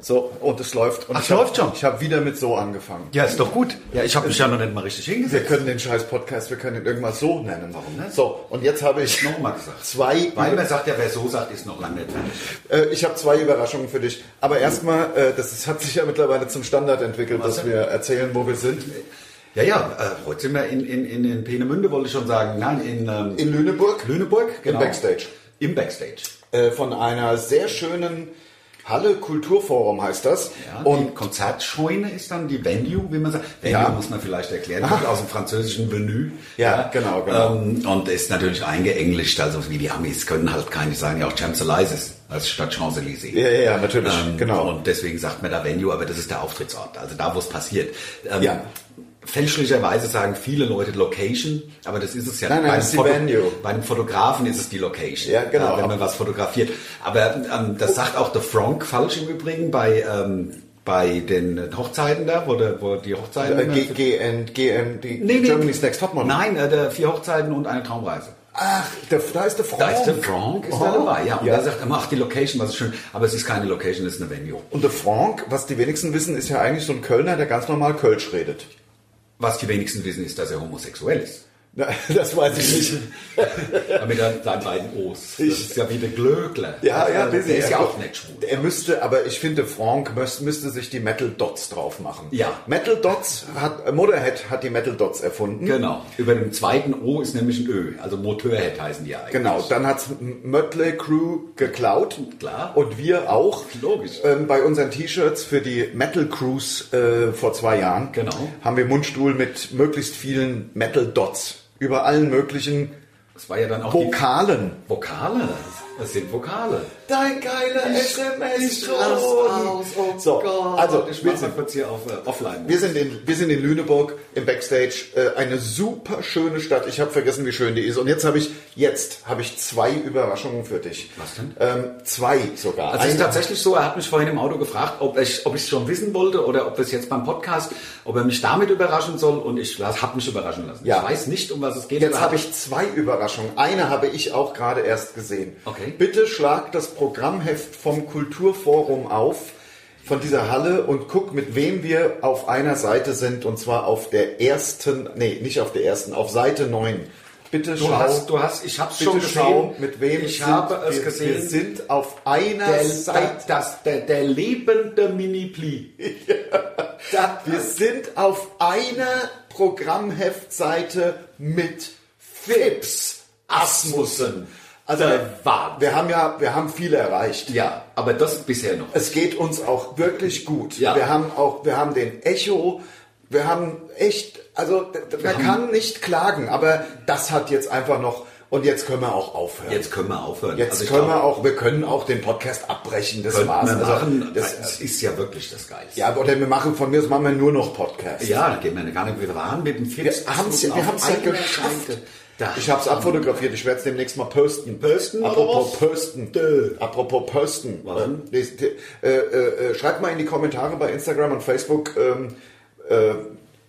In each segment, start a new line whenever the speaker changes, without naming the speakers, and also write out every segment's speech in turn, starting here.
So, und es läuft. Und
Ach,
ich
es läuft
hab,
schon.
Ich habe wieder mit so angefangen.
Ja, ist doch gut. Ja, ich habe mich ja noch nicht mal richtig hingesetzt.
Wir können den scheiß Podcast, wir können ihn irgendwas so nennen.
Warum nicht?
So, und jetzt habe ich
Nochmal gesagt.
zwei,
Weil man sagt ja, wer so sagt, ist noch lange nicht fertig.
äh, ich habe zwei Überraschungen für dich. Aber erstmal, äh, das ist, hat sich ja mittlerweile zum Standard entwickelt,
Hm. Was
dass
denn?
wir erzählen, wo wir sind.
Ja, ja, äh, heute sind wir in, in, in, in Peenemünde, wollte ich schon sagen. Nein, in, ähm,
In Lüneburg,
Lüneburg. Genau.
Im Backstage.
Im Backstage.
äh, von einer sehr schönen Halle Kulturforum heißt das.
Ja,
und
die Konzertscheune ist dann die Venue, wie man sagt. Venue
Ja.
muss man vielleicht erklären, kommt aus dem französischen Venue.
Ja, genau, genau.
Ähm, und ist natürlich eingeenglischt, also wie die Amis können halt keine sagen, ja auch Champs-Élysées als statt Champs-Élysées.
ja, ja, ja, natürlich,
Ähm,
genau.
Und deswegen sagt man da Venue, aber das ist der Auftrittsort, also da, wo es passiert. Ähm,
Ja.
Fälschlicherweise sagen viele Leute Location, aber das ist es ja
Nein, nein,
bei, einem
es ist die Venue.
bei einem Fotografen ist es die Location,
Ja, genau. Oh.
wenn man was fotografiert. Aber ähm, das sagt auch The Frank falsch im Übrigen bei, ähm, bei den Hochzeiten da, wo, der, wo die Hochzeiten...
äh, G- GN, GM, die Germany's Next Topmodel.
Nein, äh, der vier Hochzeiten und eine Traumreise.
Ach, der, da ist der Frank.
Da ist der Frank, ist
Oh.
da dabei, ja. Und
Ja.
er sagt, er macht die Location, was ist schön. Aber es ist keine Location, es ist eine Venue.
Und der Frank, was die wenigsten wissen, ist ja eigentlich so ein Kölner, der ganz normal Kölsch redet.
Was die wenigsten wissen, ist, dass er homosexuell ist.
Na, das weiß ich nicht.
Aber mit seinen beiden O's. Das
Ich-
ist ja wie der Glöckler.
Ja,
Also,
ja,
Der
bisschen.
ist ja
Er-
auch nicht schwul.
Er müsste, aber ich finde, Frank müß- müsste sich die Metal Dots drauf machen.
Ja.
Metal Dots hat, äh, Motorhead hat die Metal Dots erfunden.
Genau. Über dem zweiten O ist nämlich ein Ö. Also Motorhead heißen die ja eigentlich.
Genau, dann hat's Mötley Crew geklaut.
Klar.
Und wir auch.
Logisch.
Ähm, bei unseren T-Shirts für die Metal Crews äh, vor zwei Jahren
Genau.
haben wir Mundstuhl mit möglichst vielen Metal Dots über allen möglichen
Das war ja dann auch
Vokalen.
die Vokale. Das sind Vokale.
Dein geiler
so,
So, also
Oh ich
wir
mach mal
sind,
kurz hier auf äh, Offline.
wir, sind in, wir sind in Lüneburg im Backstage. Äh, eine super schöne Stadt. Ich habe vergessen, wie schön die ist. Und jetzt habe ich jetzt habe ich zwei Überraschungen für dich.
Was denn?
Ähm, zwei sogar.
Also es ist
Eine-
tatsächlich so, er hat mich vorhin im Auto gefragt, ob ich ob ich es schon wissen wollte oder ob wir es jetzt beim Podcast, ob er mich damit überraschen soll und ich habe mich überraschen lassen.
Ja.
Ich weiß nicht, um was es geht.
Jetzt
aber
habe ich zwei Überraschungen. Eine habe ich auch gerade erst gesehen.
Okay.
Bitte schlag das Programmheft vom Kulturforum auf von dieser Halle und guck, mit wem wir auf einer Seite sind und zwar auf der ersten, nee, nicht auf der ersten, auf Seite 9. Bitte
Du
schau,
hast, du hast, ich hab's
bitte
schon
schau,
gesehen.
mit wem
ich
sind
habe es
wir,
gesehen.
wir sind auf einer
der, der,
Seite.
das, der, der lebende Mini-Pli. Das-
Wir sind auf einer Programmheftseite mit Phipps Asmussen. Also
Der Wahnsinn.
wir haben ja, wir haben viel erreicht.
ja, aber das bisher noch.
Es geht uns auch wirklich gut.
Ja.
Wir haben auch, wir haben den Echo, wir haben echt, also d- d- man kann nicht klagen, aber das hat jetzt einfach noch und jetzt können wir auch aufhören.
Jetzt können wir aufhören.
Jetzt
Also ich
können
glaub,
wir auch, wir können auch den Podcast abbrechen. Das
könnten
war's.
wir machen.
also,
das,
das,
ist ja wirklich das Geilste.
ja, oder wir machen von mir, das machen wir nur noch Podcasts.
ja da gehen wir gar nicht wieder ran mit dem Fitz.
Wir haben's-
Auf
wir haben's ja
einer
geschafft.
Seite. Da.
Ich habe es abfotografiert, ich werde es demnächst mal posten.
Posten oder
Apropos
was?
posten.
Dö.
Apropos posten.
Warum?
Ähm, des- de- äh, äh, äh, schreibt mal in die Kommentare bei Instagram und Facebook, ähm, äh,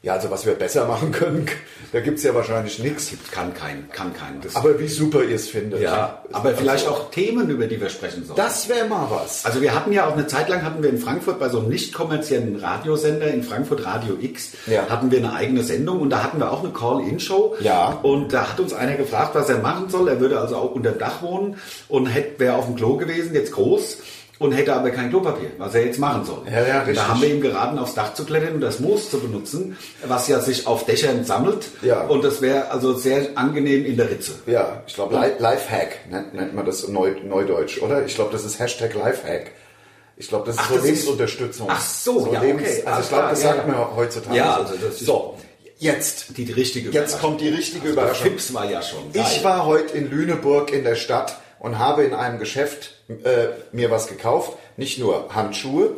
ja, also was wir besser machen können. Da gibt es ja wahrscheinlich nichts.
kann kein, kann kein. Das,
Aber wie super ihr es findet. also
ja, aber vielleicht auch Themen, über die wir sprechen sollen.
Das wäre mal was.
Also wir hatten ja auch eine Zeit lang hatten wir in Frankfurt bei so einem nicht kommerziellen Radiosender in Frankfurt Radio X
Ja.
hatten wir eine eigene Sendung und da hatten wir auch eine Call-in-Show.
Ja.
Und da hat uns einer gefragt, was er machen soll. Er würde also auch unter dem Dach wohnen und hätte wäre auf dem Klo gewesen, jetzt groß. Und hätte aber kein Klopapier, was er jetzt machen soll.
Ja, ja,
Und
richtig.
da haben wir ihm geraten, aufs Dach zu klettern und das Moos zu benutzen, was ja sich auf Dächern sammelt.
Ja.
Und das wäre also sehr angenehm in der Ritze.
Ja, ich glaube, Li Lifehack nennt, nennt man das neu, Neudeutsch, oder? Ich glaube, das ist Hashtag Lifehack. Ich glaube, das ist
Ach,
so
das ist-
Lebensunterstützung.
Ach so, ja, okay.
Also ich
Ah,
glaube, das
ja,
sagt
ja.
man heutzutage.
Ja,
so.
also das ist-
so, jetzt.
Die, die richtige Also
Jetzt kommt die richtige Überraschung.
Fips war ja schon.
Ich
geil.
war heute in Lüneburg in der Stadt und habe in einem Geschäft äh, mir was gekauft. Nicht nur Handschuhe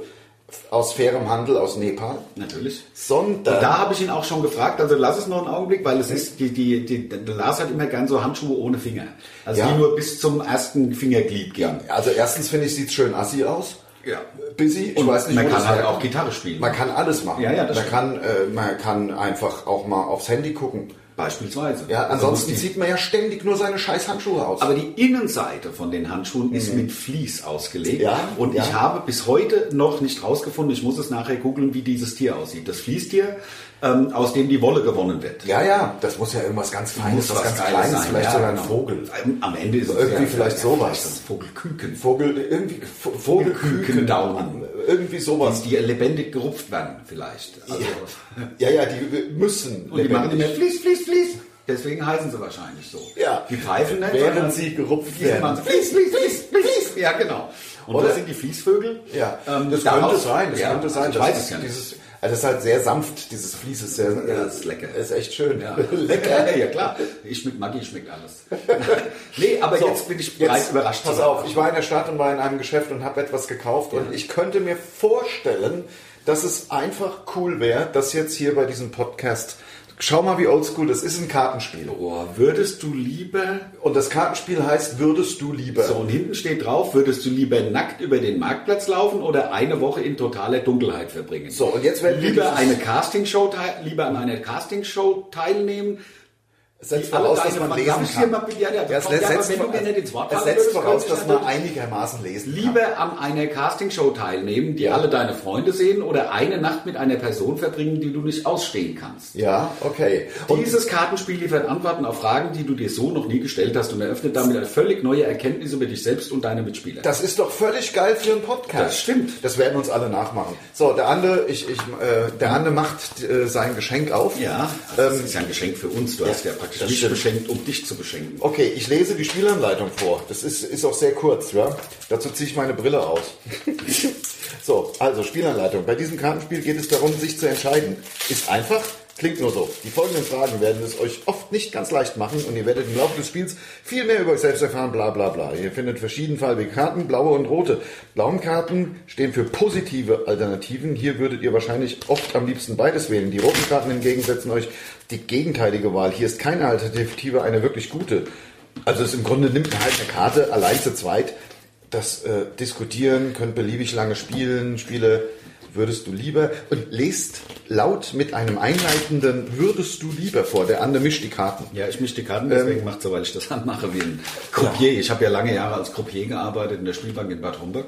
aus fairem Handel aus Nepal,
Natürlich.
sondern...
Da habe ich ihn auch schon gefragt, also lass es noch einen Augenblick, weil es ist, die, die, die, der Lars hat immer gern so Handschuhe ohne Finger. Also
Ja.
die nur bis zum ersten Fingerglied gehen.
also erstens finde ich, sieht schön assi aus.
Ja.
Busy, ich
Und
weiß nicht,
man
wo
kann
das
halt
herkommt.
auch Gitarre spielen.
Man kann alles machen.
Ja, ja, das
man, kann, äh, man kann einfach auch mal aufs Handy gucken.
Beispielsweise.
Ja,
Also
ansonsten
muss die-
zieht man ja ständig nur seine scheiß Handschuhe aus.
Aber die Innenseite von den Handschuhen ist mit Vlies ausgelegt.
Mhm. Ja,
und
ja.
ich habe bis heute noch nicht rausgefunden, ich muss es nachher googeln, wie dieses Tier aussieht. Das Vliestier, ähm, aus dem die Wolle gewonnen wird.
ja, ja, das muss ja irgendwas ganz Feines,
Muss
was, ganz
Geiles
Kleines,
sein,
vielleicht
ja,
sogar ein
genau.
Vogel.
Ähm, Am Ende ist es
Irgendwie vielleicht sowas.
vielleicht ein Vogelküken.
Vogel, irgendwie Vo- Vogelküken.
Küken-Daumen.
Irgendwie sowas.
Die lebendig gerupft werden vielleicht. Also,
Ja, ja, die müssen.
Und die machen immer
lebendig.
Vlies, Vlies, Vlies. Deswegen heißen sie wahrscheinlich so.
Ja.
Die pfeifen nicht.
Während
sondern
sie gerupft
die
werden.
machen so Vlies, Vlies, Vlies, Vlies. Ja, genau. Und
Oder?
das sind die Fließvögel.
Ja,
Ähm,
das
daraus-
könnte sein, das
ja,
könnte sein.
Ich
das
weiß
ist
es ja nicht.
Dieses, also das ist halt sehr sanft, dieses Vlies ist sehr,
Ja, das ist lecker.
Ist echt schön.
Ja.
lecker.
ja klar. Ich schmeck Maggi, schmeckt alles. nee, aber
So,
jetzt bin ich bereits überrascht.
Pass auf, ich war in der Stadt und war in einem Geschäft und habe etwas gekauft und ich könnte mir vorstellen, dass es einfach cool wäre, dass jetzt hier bei diesem Podcast, schau mal wie oldschool das ist, ein Kartenspiel.
Boah, würdest du lieber...
Und das Kartenspiel heißt, würdest du lieber.
So, und hinten steht drauf, würdest du lieber nackt über den Marktplatz laufen oder eine Woche in totaler Dunkelheit verbringen?
So, und jetzt werden wir
lieber
dieses-
eine Castingshow teil- lieber an einer Castingshow teilnehmen.
setzt
die alle
voraus,
deine
dass man
Fragen-
lesen
Darf ich
kann.
hier mal bitte- ja, ja,
Ja, es
komm, ja, aber
setzt
wenn du mir nicht ins
vor-
Wort
es
fallen
setzt
würdest,
voraus,
könnte ich
dass man
natürlich-
einigermaßen lesen kann.
Lieber an einer Castingshow teilnehmen, die
Ja.
alle deine Freunde sehen oder eine Nacht mit einer Person verbringen, die du nicht ausstehen kannst.
Ja, okay. Und
Dieses Kartenspiel liefert Antworten auf Fragen, die du dir so noch nie gestellt hast und eröffnet damit eine völlig neue Erkenntnis über dich selbst und deine Mitspieler.
das ist doch völlig geil für einen Podcast.
Das stimmt.
Das werden uns alle nachmachen. So, der Ande, ich, ich, äh, der Ande macht äh, sein Geschenk auf. Ähm,
Ja, das ist ja ein Geschenk für uns. Du hast Ähm, ja praktisch
das
mich
stimmt.
beschenkt, um dich zu beschenken.
Okay, ich lese die Spielanleitung vor. Das ist, ist auch sehr kurz, ja? Dazu ziehe ich meine Brille aus. so, also Spielanleitung. Bei diesem Kartenspiel geht es darum, sich zu entscheiden. Ist einfach, klingt nur so. Die folgenden Fragen werden es euch oft nicht ganz leicht machen und ihr werdet im Laufe des Spiels viel mehr über euch selbst erfahren, bla bla bla. Ihr findet verschiedenfarbige Karten, blaue und rote. Blauen Karten stehen für positive Alternativen. Hier würdet ihr wahrscheinlich oft am liebsten beides wählen. Die roten Karten hingegen setzen euch die gegenteilige Wahl. Hier ist keine Alternative eine wirklich gute. Also es im Grunde nimmt man halt eine Karte allein zu zweit. Das äh, Diskutieren, könnt beliebig lange spielen, Spiele würdest du lieber und lest laut mit einem einleitenden würdest du lieber vor. Der andere mischt die Karten.
Ja, ich mische die Karten, deswegen macht so, weil ich das anmache wie ein Croupier. Ich habe Ähm. ja lange Jahre als Croupier gearbeitet in der Spielbank in Bad Homburg.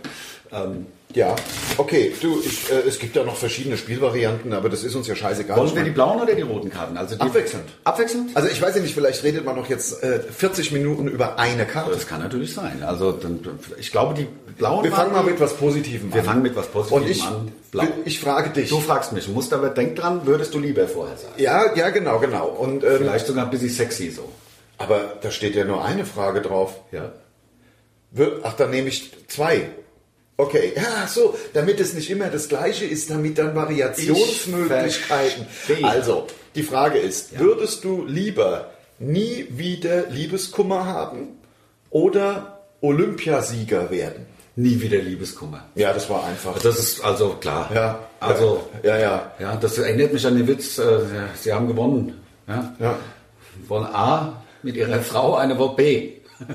Ähm,
Ja, okay, du, ich, äh, es gibt da noch verschiedene Spielvarianten, aber das ist uns ja scheißegal.
wollen
Ich
wir
mein-
die blauen oder die roten Karten? Also die
Abwechselnd.
Abwechselnd?
also ich weiß ja nicht, vielleicht redet man noch jetzt äh, 40 Minuten über eine Karte.
Das kann natürlich sein. Also dann, ich glaube, die blauen.
Wir fangen mal
waren-
mit was Positivem an.
Wir fangen mit was Positivem
Und ich,
an. Blau.
ich frage dich.
Du fragst mich, musst aber denk dran, würdest du lieber vorher sagen.
Ja, ja, genau, genau. Und ähm,
Vielleicht sogar ein bisschen sexy so.
Aber da steht ja nur eine Frage drauf.
Ja.
Wir- Ach, dann nehme ich zwei. Okay, ja, so, damit es nicht immer das Gleiche ist, damit dann Variationsmöglichkeiten.
Ich verstehe.
Also, die Frage ist, würdest du lieber nie wieder Liebeskummer haben oder Olympiasieger werden?
Nie wieder Liebeskummer.
Ja, das war einfach.
Das ist also klar.
Ja,
Also.
ja, ja.
Ja, das erinnert mich an den Witz, äh, Sie haben gewonnen. Ja?
Ja.
Von A mit Ihrer Frau eine Wort B.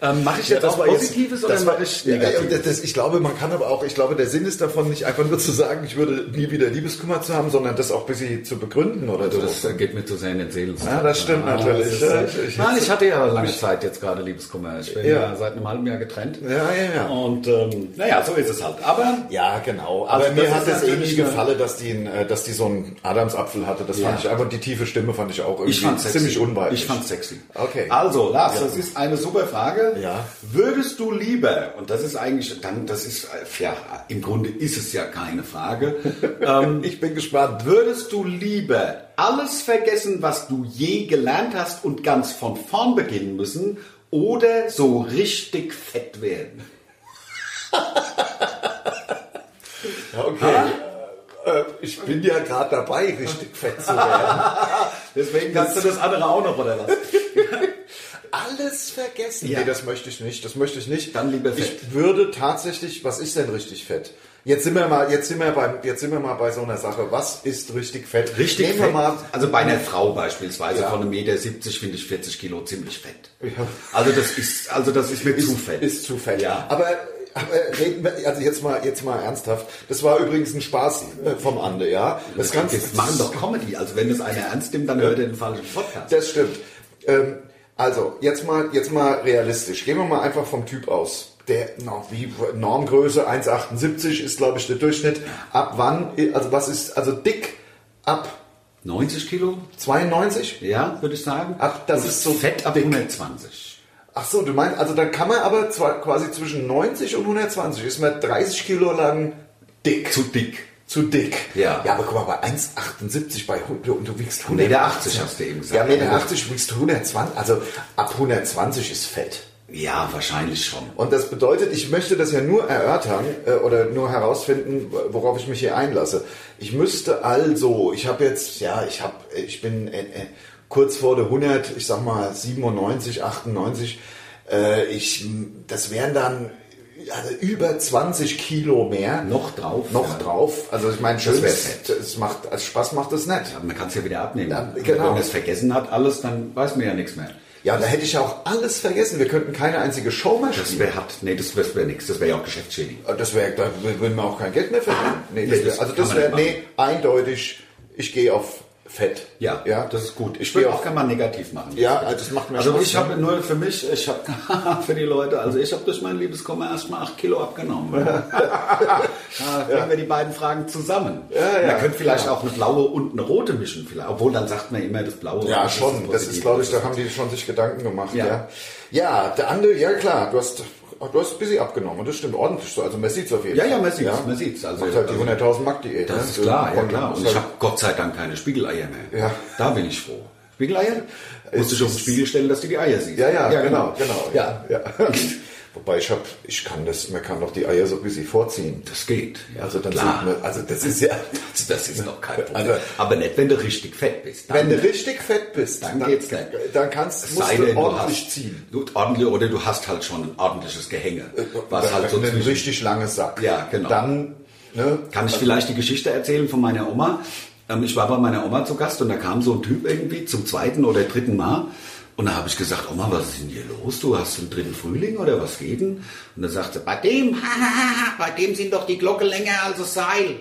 ähm, mache ich jetzt auch Positives oder
das war
mache ich
ja, ja,
Negatives?
das, das, ich glaube, man kann aber auch, ich glaube, der Sinn ist davon nicht einfach nur zu sagen, ich würde nie wieder Liebeskummer zu haben, sondern das auch ein bisschen zu begründen oder so.
das geht mir zu sehr in den Seelen.
Ja, Ah, das stimmt natürlich. Ja,
ich,
ich- ich-
Nein, ich hatte ja lange Zeit jetzt gerade Liebeskummer. Ich bin ja.
Ja.
seit einem halben Jahr getrennt.
Ja, ja, ja.
Und ähm, naja, so ist es halt. Aber
Ja, genau. Aber
Also
mir
das
hat
ist
es eh
natürlich
nicht
eine-
gefallen, dass die, äh, dass die so einen Adamsapfel hatte. Das
Ja.
fand ich einfach, die tiefe Stimme fand ich auch irgendwie
Ich fand's sexy.
ziemlich unweiblich.
Ich fand's sexy.
Okay.
Also, Lars,
Ja.
das ist eine super Frage.
Ja.
Würdest du lieber, und das ist eigentlich, dann, das ist, äh, ja, im Grunde ist es ja keine Frage, ähm,
ich bin gespannt.
würdest du lieber alles vergessen, was du je gelernt hast und ganz von vorn beginnen müssen oder so richtig fett werden?
Ja, okay. Äh, Ich bin ja gerade dabei, richtig fett zu werden.
Deswegen kannst du das andere auch noch, oder was?
Alles vergessen.
Ja.
Nee, das möchte ich nicht. Das möchte ich nicht.
Dann lieber fett.
Ich würde tatsächlich, was ist denn richtig fett? Jetzt sind wir mal, jetzt sind wir beim, jetzt sind wir mal bei so einer Sache. Was ist richtig fett?
Richtig
Nehmen
fett.
wir mal
also bei einer Frau beispielsweise
Ja.
von einem Meter 70 finde ich 40 Kilo ziemlich fett. Also das ist also das ist mir zu fett.
Ist zu fett.
Ja.
Aber aber reden wir, also jetzt mal, jetzt mal ernsthaft. Das war übrigens ein Spaß äh, vom Ande, ja. Das Ganze.
Jetzt machen doch Comedy. Also wenn das einer ernst nimmt, dann hört er den falschen Podcast.
Das stimmt. Ähm, also, jetzt mal, jetzt mal realistisch. Gehen wir mal einfach vom Typ aus. Der, na, wie, Normgröße 1,78 ist, glaube ich, der Durchschnitt. Ab wann, also was ist, also dick ab
90 Kilo?
92?
Ja, würde ich sagen.
Ab, das
Und
ist so
fett ab
dick.
120.
Ach so, du meinst, also dann kann man aber zwar quasi zwischen 90 und 120, ist man 30 Kilo lang dick.
Zu dick.
Zu dick.
Ja.
Ja, aber guck mal, bei 1,78 bei 100 und du wiegst 100.
Meter 80 hast du eben
Ja,
gesagt.
Meter 80 wiegst du 120, also ab 120 ist fett.
Ja, wahrscheinlich schon.
Und das bedeutet, ich möchte das ja nur erörtern äh, oder nur herausfinden, worauf ich mich hier einlasse. Ich müsste also, ich habe jetzt, ja, ich habe, ich bin äh, äh, kurz vor der 100, ich sag mal 97, 98. Äh, ich, das wären dann also über 20 Kilo mehr.
Noch drauf,
Noch
ja.
drauf. Also ich meine, schön,
wär
es
fett.
es macht, als Spaß macht es nicht.
Aber man kann es ja wieder abnehmen. Also
Ja, genau.
Wenn man es vergessen hat, alles, dann weiß man ja nichts mehr.
Ja, da hätte ich ja auch alles vergessen. Wir könnten keine einzige Show mehr
Das
spielen.
wäre hat, nee, das wäre wär nichts. Das wäre ja auch geschäftsschädigend.
Äh, Das wäre, da würden wir auch kein Geld mehr verdienen. Nee, das
Nee, Ah, das
wär, also
kann
das
man
wäre,
nicht
nee, eindeutig, ich gehe auf Fett. ja,
das ist gut.
Ich
Ich
gehe
würde auch
auf,
gerne mal negativ machen.
ja, also das macht mir
Also
Spaß.
ich habe nur für mich, ich habe für die Leute, also ich habe durch mein Liebeskummer erstmal 8 Kilo abgenommen. da bringen wir die beiden Fragen zusammen.
Ja, ja,
man könnte vielleicht
ja.
auch eine blaue und eine rote mischen, vielleicht. obwohl dann sagt man immer, das blaue
ja,
das
schon. Das ist,
positiv.
glaube ich, da haben die schon sich Gedanken gemacht. Ja,
Ja.
ja. der andere, ja klar, du hast, du hast ein bisschen abgenommen und das stimmt ordentlich so. Also man sieht es auf jeden
Ja,
Fall.
ja, man sieht's, man sieht's. Also-
macht halt die 100.000 Mark Diät.
Das
ne?
ist klar, ja
Und-
klar. Und
ist
ich
halt-
habe Gott sei Dank keine Spiegeleier mehr.
Ja.
Da bin ich froh. Spiegeleier? Musst du schon auf den Spiegel stellen, dass du die Eier siehst.
ja, ja, genau, genau.
Ja,
ja. Wobei ich habe, ich kann das, man kann doch die Eier so ein bisschen vorziehen.
das geht. Ja,
Also dann
klar.
sieht man, also das ist ja,
Also Das ist noch kein Problem.
Also-
Aber nicht, wenn du richtig fett bist.
Wenn du richtig fett bist,
Dann geht's geil.
Dann kannst musst
sei
du
denn,
ordentlich
du hast,
ziehen. Äh,
Du, ordentlich, oder du hast halt schon ein ordentliches Gehänge. Was halt so
ein
zwischen-
richtig langes Sack.
Ja, genau.
Dann, ne?
Kann ich vielleicht die Geschichte erzählen von meiner Oma? Ähm, Ich war bei meiner Oma zu Gast und da kam so ein Typ irgendwie zum zweiten oder dritten Mal. Und da habe ich gesagt, Oma, was ist denn hier los? Du hast den dritten Frühling oder was geht denn? Und dann sagt sie, bei dem, ha, ha, ha, ha, bei dem sind doch die Glocke länger als das Seil.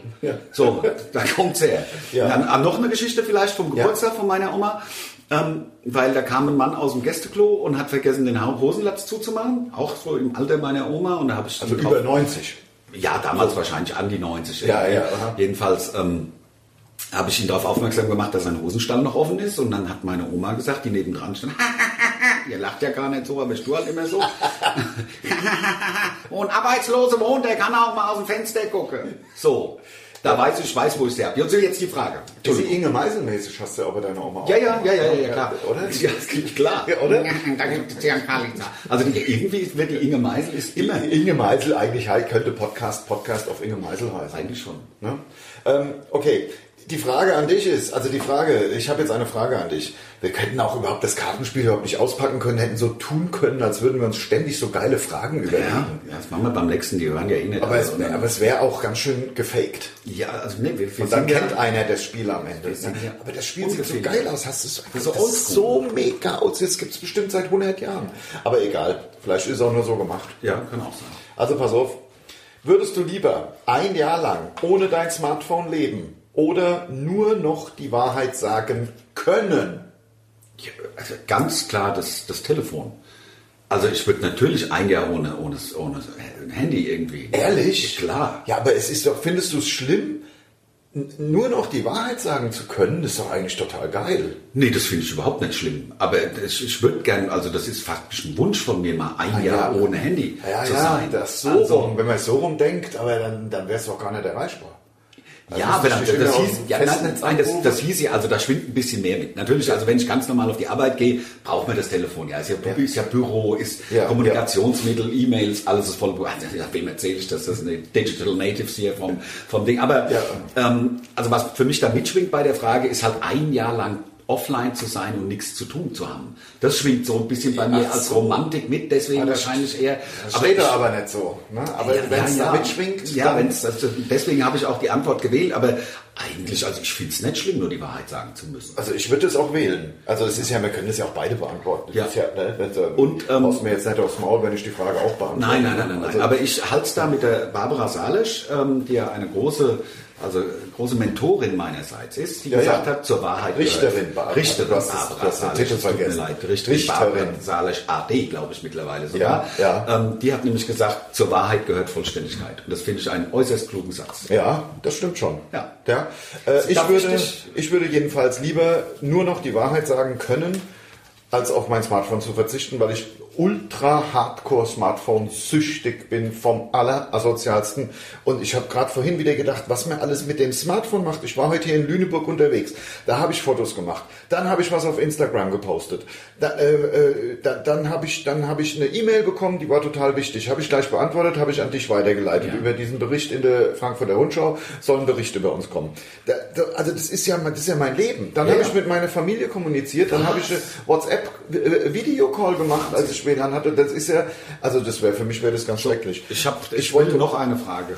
So, da kommt's her.
Ja.
Dann, ah, noch eine Geschichte vielleicht vom Geburtstag von meiner Oma. Ähm, weil da kam ein Mann aus dem Gästeklo und hat vergessen, den Ha- Hosenlatz zuzumachen. Auch so im Alter meiner Oma. Und da habe ich
Also
ihn
über
drauf-
90.
ja, damals wahrscheinlich an die 90.
Ja, ja, aha.
Jedenfalls ähm, habe ich ihn darauf aufmerksam gemacht, dass sein Hosenstall noch offen ist. Und dann hat meine Oma gesagt, die nebendran stand, ihr lacht ja gar nicht so, aber ich tue halt immer so. und Arbeitslose wohnt, der kann auch mal aus dem Fenster gucken. So, da weiß ich, ich weiß, wo ich sie habe. Und so jetzt die Frage.
Diese Inge Meiselmäßig hast du aber deine Oma auch.
Ja, ja, ja, ja, ja, klar.
Oder?
Ja, es gibt- klar.
Ja, oder?
Da gibt es ja einen Kalender. Also die, irgendwie wird die Inge Meisel ist immer...
Inge Meisel eigentlich halt, könnte Podcast, Podcast auf Inge Meisel heißen.
Eigentlich schon.
Ne? Ähm, okay, die Frage an dich ist, also die Frage, ich habe jetzt eine Frage an dich. Wir hätten auch überhaupt das Kartenspiel überhaupt nicht auspacken können, hätten so tun können, als würden wir uns ständig so geile Fragen überlegen.
Ja, das machen wir beim nächsten, die hören ja eh nicht.
Aber es,
Also,
aber es wäre auch ganz schön gefaked.
ja, also nee, wir, wir
Und dann
sind ja-
kennt einer das Spiel am Ende. ne?
sind ja-
Aber das Spiel sieht so
Ungefähr.
geil aus. Hast du so,
ist so
das ist so mega aus. Das gibt es bestimmt seit 100 Jahren. Aber egal. Vielleicht ist es auch nur so gemacht.
Ja, kann auch sein.
Also pass auf. Würdest du lieber ein Jahr lang ohne dein Smartphone leben oder nur noch die Wahrheit sagen können?
Ja, also ganz klar das, das Telefon. Also ich würde natürlich ein Jahr ohne, ohne, ohne Handy irgendwie.
Ehrlich?
Klar.
Ja, aber es ist doch, findest du es schlimm, n- nur noch die Wahrheit sagen zu können? Das ist doch eigentlich total geil.
Nee, das finde ich überhaupt nicht schlimm. Aber ich, ich würde gern, also das ist faktisch ein Wunsch von mir, mal ein Jahr ohne Handy
Ah, ja,
zu
ja,
sein.
Das so
Also,
rum, wenn man es so rum denkt, aber dann, dann wäre es doch gar nicht erreichbar. Also
Ja,
das
aber
ist
dann,
bestimmt
das
auch
hieß,
ein
ja, nein,
festen
nein, nein, das,
Anruf.
das hieß ja, also da schwingt ein bisschen mehr mit. Natürlich, also wenn ich ganz normal auf die Arbeit gehe, braucht man das Telefon. Ja, ist ja, Bü- Ist ja Büro, ist
Ja,
Kommunikationsmittel, E-Mails, alles ist voll. Also, ja, wem erzähle ich das? Das sind die Digital Natives hier vom, vom Ding. Aber
Ja.
ähm, also was für mich da mitschwingt bei der Frage, ist halt ein Jahr lang offline zu sein und nichts zu tun zu haben. Das schwingt so ein bisschen bei mir
ach
als
so. Ah,
Romantik mit, deswegen
das-
wahrscheinlich eher.
Das steht
ich-
da aber nicht so. Ne? Aber wenn es da mitschwingt,
ja,
dann-
wenn's, also deswegen habe ich auch die Antwort gewählt, aber Eigentlich, also ich finde es nicht schlimm, nur die Wahrheit sagen zu müssen.
Also ich würde es auch wählen. Also es ist ja, wir können das ja auch beide beantworten.
Ja.
Das Ist ja ne, das, äh,
Und, ähm,
haust mir jetzt nicht aufs Maul, wenn ich die Frage auch beantworte.
Nein, nein, nein, nein. nein.
Also,
Aber ich halte es da mit der Barbara Salisch, ähm, die ja eine große, also große Mentorin meinerseits ist, die
Ja,
gesagt
ja.
hat, zur Wahrheit
Richterin
Barbara.
Barbara.
Richterin
Du hast das- du
Barbara
hast den
Salisch.
Titel
Es tut mir
vergessen.
leid. Richterin
Richterin.
Barbara Salisch AD, glaube ich mittlerweile sogar.
Ja, ja.
Ähm, die hat nämlich gesagt, zur Wahrheit gehört Vollständigkeit. Und das finde ich einen äußerst klugen Satz.
ja, das stimmt schon.
Ja.
ja. Äh, ich,
Darf
würde,
ich
ich,
dich-
würde jedenfalls lieber nur noch die Wahrheit sagen können, als auf mein Smartphone zu verzichten, weil ich ultra hardcore Smartphone süchtig bin vom allerasozialsten. Und ich habe gerade vorhin wieder gedacht, was man alles mit dem Smartphone macht. Ich war heute hier in Lüneburg unterwegs. Da habe ich Fotos gemacht. Dann habe ich was auf Instagram gepostet. Da, äh, äh, da, dann habe ich, dann habe ich eine E-Mail bekommen, die war total wichtig. Habe ich gleich beantwortet, habe ich an dich weitergeleitet.
Ja.
Über diesen Bericht in der Frankfurter Rundschau soll ein Bericht über uns kommen. Da, da, also das ist ja, mein- das ist ja mein Leben. Dann
Ja,
habe
ja.
ich mit meiner Familie kommuniziert, dann habe ich eine WhatsApp-Video-Call gemacht, als ich WLAN hatte. Das ist ja, also das wäre für mich wäre das ganz schrecklich.
Ich habe, ich,
Ich
wollte
wollte-
noch eine Frage.